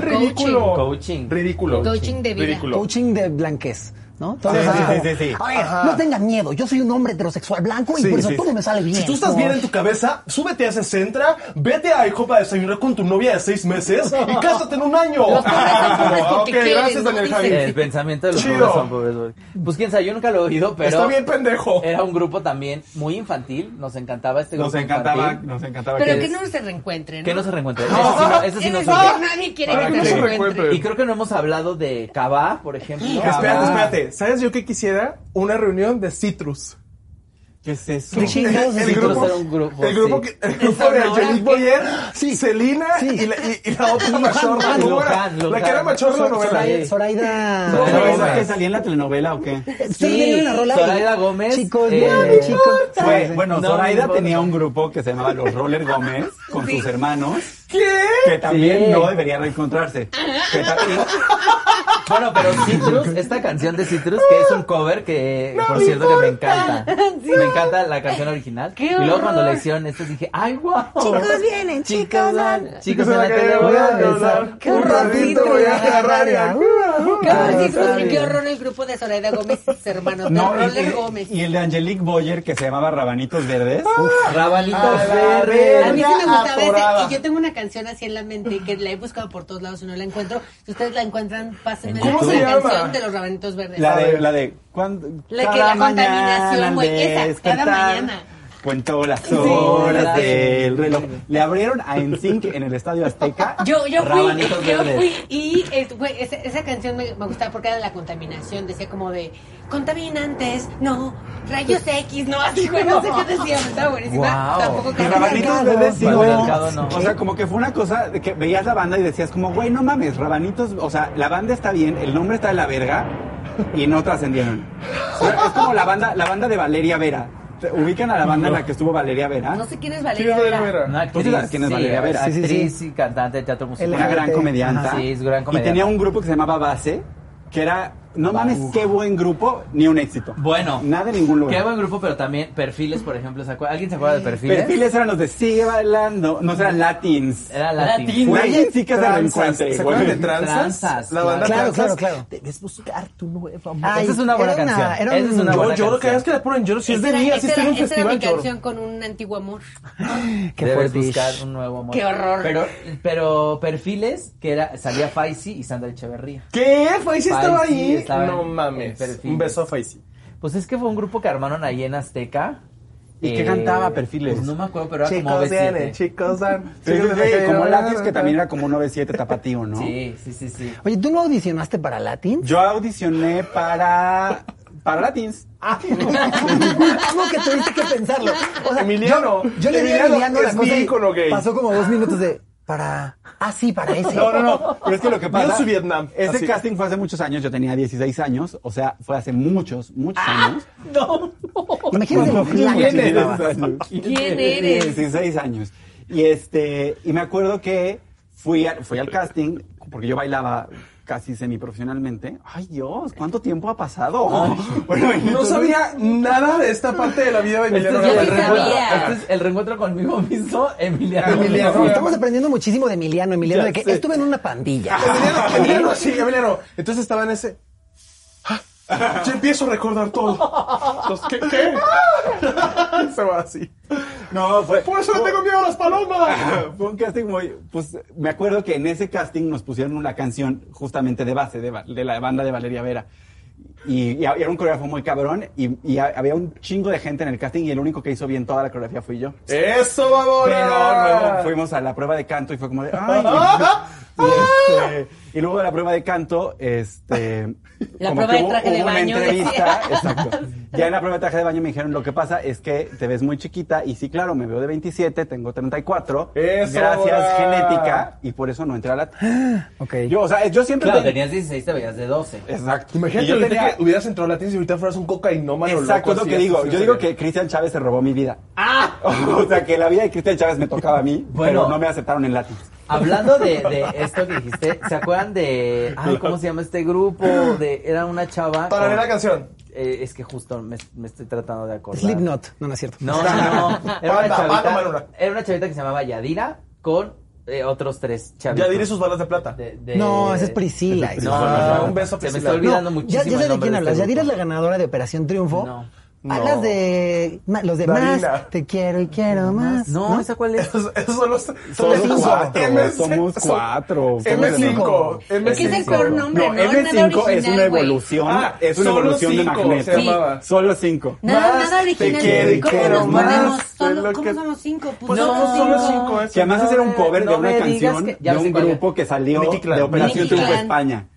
Coaching, ridículo. coaching. Ridículo. Coaching de vida. Ridículo. Coaching de blanquez. ¿no? Todos Sí, así sí, como, sí, sí, sí. A ver, Ajá. no tengan miedo, yo soy un hombre heterosexual blanco y Sí, por eso sí, todo sí. me sale bien. Si tú estás bien en tu cabeza, súbete a ese centra, vete a Copa a desayunar con tu novia de seis meses y cásate en un año. Los pobres son pobres Ah, porque ok, quieren, gracias, ¿no? Daniel Dicen. Javi. El pensamiento de los Chido. pobres son pobres, güey. Pues quién sabe, yo nunca lo he oído, pero. Está bien pendejo. Era un grupo también muy infantil. Nos encantaba este Nos grupo. encantaba- infantil. nos encantaba Pero que no se reencuentren. Que no se reencuentre. Eso sí no, eso sí En no el supe. sur nadie quiere que se reencuentren. Y creo que no hemos hablado de Cabá, por ejemplo. Espérate, espérate. ¿Sabes yo qué quisiera? Una reunión de Citrus. ¿Qué es eso? El, ¿Qué chingados es el Citrus? grupo, Era un grupo, el grupo, sí. que- el grupo de Angelique Boyer, Celina y, la, y- y la otra machorra. Luján, ¿cómo era? Luján, La que era Luján. machorra en la Sor- novela. Soraya- Zoraida. ¿Soraya que salía en la telenovela o qué? Sí, una rola. Zoraida Gómez. Chicos, eh, bien, chicos. Fue- bueno, No me Zoraida importa. tenía un grupo que se llamaba Los Roller Gómez con sus hermanos. ¿Qué? Que también Sí. no deberían reencontrarse. Que ta- Bueno, pero Citrus, esta canción de Citrus, que es un cover que, por me cierto, que me encanta. Sí. Me encanta la canción original. ¡Qué Y luego cuando la horror! hicieron esto dije, ¡ay, guau! Chicos vienen, chicos van. Chicos en en la calle voy a besar. un ratito voy a agarrar y a- Qué horror, sí, Está bien. qué horror el grupo de Zoraida Gómez y sus hermanos. No, de y, Roller y- Gómez. Ah. y el de Angelique Boyer que se llamaba Rabanitos Verdes. Rabanitos A la Verdes. A mí sí me verga gustaba atorada. ese. Y yo tengo una canción así en la mente que la he buscado por todos lados y no la encuentro. Si ustedes la encuentran, pásenme ¿Cómo la se llama? canción de los rabanitos verdes. La de, la de, cuando, La que la contaminación, güey, esa, cada mañana. Cuento las Sí. horas Sí. del reloj. Le abrieron a NSYNC en el Estadio Azteca. Yo, yo fui, Rabanitos yo Verdes. fui y es- güey, esa, esa canción me, me gustaba porque era de la contaminación, decía como de contaminantes, no, rayos Pues X, no, así güey, no sé qué decía, pero estaba buenísima, Guau. tampoco Y Rabanitos patriarcado. Verdes sí, Patriarcado, no. no. O sea, como que fue una cosa de que veías la banda y decías como, güey, no mames, Rabanitos, o sea, la banda está bien, el nombre está de la verga y no trascendieron. O sea, es como la banda, la banda de Valeria Vera. ¿Te ¿Ubican a la banda en la que estuvo Valeria Vera? No sé quién es Valeria Vera. Una actriz, ¿Tú sabes quién Pues es sí, Valeria Vera? actriz y cantante de teatro musical. Una gran comediante. Sí, es gran Y comediante. tenía un grupo que se llamaba Base, que era, no mames, qué buen grupo, ni un éxito. Bueno. Nada en ningún lugar. Qué buen grupo, pero también Perfiles, por ejemplo. ¿se acuerda- ¿Alguien se acuerda de Perfiles? Perfiles eran los de sigue bailando, no eran latins. Era latín. Güey, sí que se Tranzas. reencuentre. ¿Se acuerdan güey. de Tranzas? La banda Claro, Tranzas. claro, claro. Debes buscar tu nuevo Ay, Esa es una buena era una- canción. era Esa es un- una Yo buena Lloro, cada canción. vez que la ponen lloro, si es de Esa mía, era, si esa es era- en un esa era mi festival, lloro. canción con un antiguo amor. Qué Debes fuerte. buscar un nuevo amor. Qué horror. Pero, pero Perfiles, que era, salía Faisy y Sandra Echeverría. ¿Qué? ¿Faisy estaba Faisy ahí? estaba no en- en mames. Perfiles. Un beso a Faisy. Pues es que fue un grupo que armaron ahí en Azteca. Eh, ¿Y qué cantaba Perfiles? Pues no me acuerdo, pero era como Chicos B7. vienen, chicos dan. Sí, sí, sí, Chicos vienen, como dan, Latios, dan, que dan. también era como un 9-7 tapatío, ¿no? Sí, sí, sí, sí. Oye, ¿tú no audicionaste para Latin? Yo audicioné para. para Latins. ¿Cómo que tuviste que pensarlo? O sea, Emiliano, yo, yo le di Emiliano a Emiliano la es mi cosa y ícono gay. pasó como dos minutos de para... Ah, sí, para ese. No, no, no. Pero es que lo que Yo pasa. soy Vietnam. Ese Así. casting fue hace muchos años. Yo tenía 16 años. O sea, fue hace muchos, muchos Ah. años. Imagínate Cuando la fui que en llegabas. 16 años. ¿Quién eres? 16 años. Y este, y me acuerdo que fui al, fui al casting, porque yo bailaba casi semiprofesionalmente. Ay Dios, ¿cuánto tiempo ha pasado? Bueno, y No entonces- sabía nada de esta parte de la vida Este de Emiliano. es, Pues Yo el sí reencuentro, sabía. este es el reencuentro conmigo mismo, Emiliano. Emiliano. Estamos aprendiendo muchísimo de Emiliano, Emiliano, de que estuve en una pandilla. Emiliano, Emiliano, sí, Emiliano. Entonces estaba en ese. Ah, Ya empiezo a recordar todo. Entonces, ¿Qué? ¿Qué? Se va así. No, fue. Por eso le tengo miedo a las palomas. Fue un casting muy. Pues me acuerdo que en ese casting nos pusieron una canción justamente de base, de, va- de la banda de Valeria Vera. Y, y era un coreógrafo muy cabrón y, y ha- había un chingo de gente en el casting y el único que hizo bien toda la coreografía fui yo. Eso, Pero luego babona. fuimos a la prueba de canto y fue como de, ay. Y, este, y luego de la prueba de canto, este. La como prueba que de traje de una baño, entrevista. decía. Exacto. Ya en la prueba de traje de baño me dijeron, lo que pasa es que te ves muy chiquita y sí, claro, me veo de 27, tengo 34. ¡Eso! Gracias, genética. Y por eso no entré a la. Ok. Yo, o sea, yo siempre. Claro, ten- tenías 16, te veías de 12. Exacto. Imagínate Y yo ahorita tenía- que hubieras entrado a la tienda y ahorita fueras un cocainómano Exacto, loco. es lo así, que así, digo. así, Yo así. digo que Cristian Chávez se robó mi vida. ¡Ah! O sea, que la vida de Cristian Chávez me tocaba a mí, Bueno. pero no me aceptaron en látiz. Hablando de, de esto que dijiste, ¿se acuerdan de. Ay, ¿cómo se llama este grupo? De, era una chava. Para con- ver la canción. Eh, es que justo me, me estoy tratando de acordar. Slipknot. No, no es cierto. No, no, no. Era una Banda, banda, chavita, Manuna. era una chavita que se llamaba Yadira con eh, otros tres chavitos. Ya diré sus balas de plata. No, esa es Priscila. No, no, no, un beso a Se me Priscila. está olvidando No, muchísimo. el Ya, ya sé de nombre quién de hablas. este Yadira es la ganadora de Operación Triunfo. No. Hablas de ma- los demás. Dalila. Te quiero y quiero más. No, ¿esa cuál es? Esos son los. Somos cuatro, somos cuatro. M5. M5. Es que es el peor nombre, ¿no? Nada M5 es original, una güey. evolución. Ah, es una solo evolución de cinco se Magneto. llamaba. Solo cinco. Nada, Más nada te original. quiero y ¿Cómo quiero nos más ponemos? de Solo- lo ¿Cómo que- somos cinco? Pues, Pues somos somos solo cinco, cinco. Que además hacer un cover de no una me digas canción que- ya de sé un cuál es. grupo que salió Nicky Clan. de Operación Nicky Triunfo Clan. España.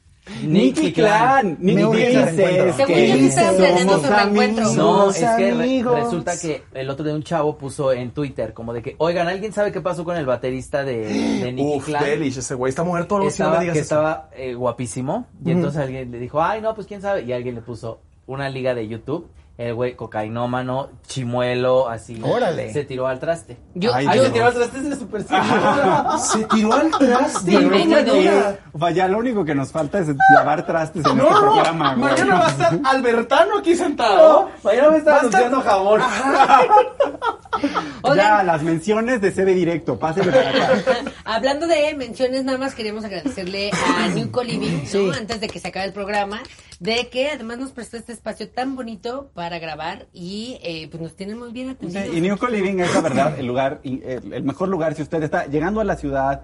Nicky Nicky Clan, Clan. Me Nicky ubica, dices reencuentro. que Según yo, sí estaban planeando somos su reencuentro. amigos. No, es que re- amigos. resulta que el otro día un chavo puso en Twitter como de que, oigan, ¿alguien sabe qué pasó con el baterista de, de Nicky Uf, Clan? Delish, ese güey está muerto. algo así, no estaba, me que digas eso. estaba eh, guapísimo y Ujú. entonces alguien le dijo, ay no, pues quién sabe, y alguien le puso una liga de YouTube, el güey cocainómano, chimuelo, así, Órale. se tiró al traste. Yo- Ah, ay, yo- se tiró al traste, es la super Se tiró al traste. Bienvenido. Vaya, lo único que nos falta es lavar trastes en este No, no, programa. güey. mañana va a estar Albertano aquí sentado. mañana va a estar anunciando jabón. Ya, las menciones de sede directo, pásenle para acá. Hablando de menciones, nada más queríamos agradecerle a New Coliving, ¿no? Antes de que se acabe el programa, de que además nos prestó este espacio tan bonito para grabar y eh, pues nos tienen muy bien atendidos. Y New Coliving es, la verdad, el lugar, y, eh, el mejor lugar si usted está llegando a la ciudad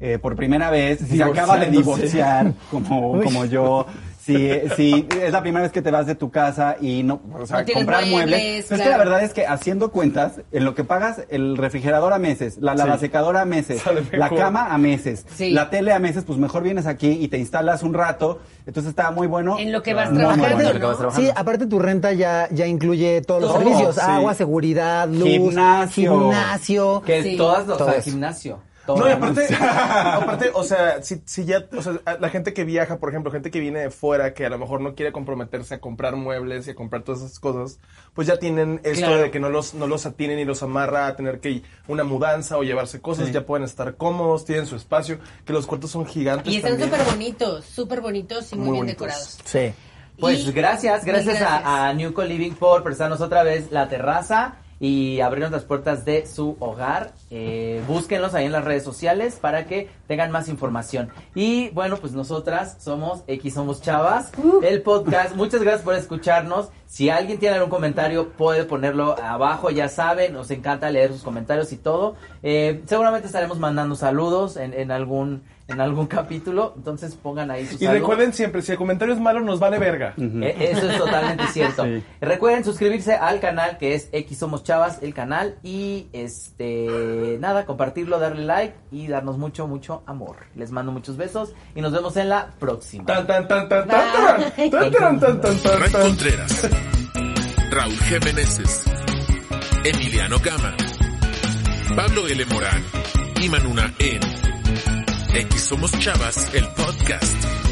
eh, por primera vez, si se acaba de Divorciándose. divorciar, como, Uy. como yo, si, eh, si es la primera vez que te vas de tu casa y no, o sea, No tienes comprar muebles. muebles, Pero Es que claro. la verdad es que haciendo cuentas, en lo que pagas el refrigerador a meses, la Sí. lavasecadora a meses, Sale la mejor. cama a meses, Sí. la tele a meses, pues mejor vienes aquí y te instalas un rato. Entonces está muy bueno. En lo que vas Aparte- Sí, aparte tu renta ya, ya incluye todos los Todo, servicios: sí. agua, seguridad, luz, Gimnasio. gimnasio. Que Sí. todas, o Todo sea, eso. gimnasio. No, y aparte, aparte, o sea, si, si ya, o sea, la gente que viaja, por ejemplo, gente que viene de fuera, que a lo mejor no quiere comprometerse a comprar muebles y a comprar todas esas cosas, pues ya tienen esto Claro. de que no los, no los atienen y los amarra a tener que ir a una mudanza o llevarse cosas, Sí. ya pueden estar cómodos, tienen su espacio, que los cuartos son gigantes. Y están también. súper bonitos, súper bonitos y muy, bien bonitos. decorados. Sí. Pues Y- gracias, Mil gracias, gracias. A, a New Co Living por prestarnos otra vez la terraza y abrirnos las puertas de su hogar. Eh, búsquenlos ahí en las redes sociales para que tengan más información. Y bueno, pues nosotras somos X Somos Chavas, Uh. el podcast. Muchas gracias por escucharnos. Si alguien tiene algún comentario, puede ponerlo abajo, ya saben, nos encanta leer sus comentarios y todo. Eh, seguramente estaremos mandando saludos en, en algún en algún capítulo, entonces pongan ahí sus Y recuerden siempre, si el comentario es malo, nos vale verga. eh, Eso es totalmente cierto. Recuerden suscribirse al canal que es X Somos Chavas, el canal. Y este nada, compartirlo, darle like y darnos mucho, mucho amor. Les mando muchos besos y nos vemos en la próxima. Tan, tan, tan, tan, tan, tan, tan, tan, tan, tan, tan. Ray Contreras, Raúl G. Meneses, Emiliano Gama, Pablo L. Morán y Manuna en X Somos Chavas, el podcast.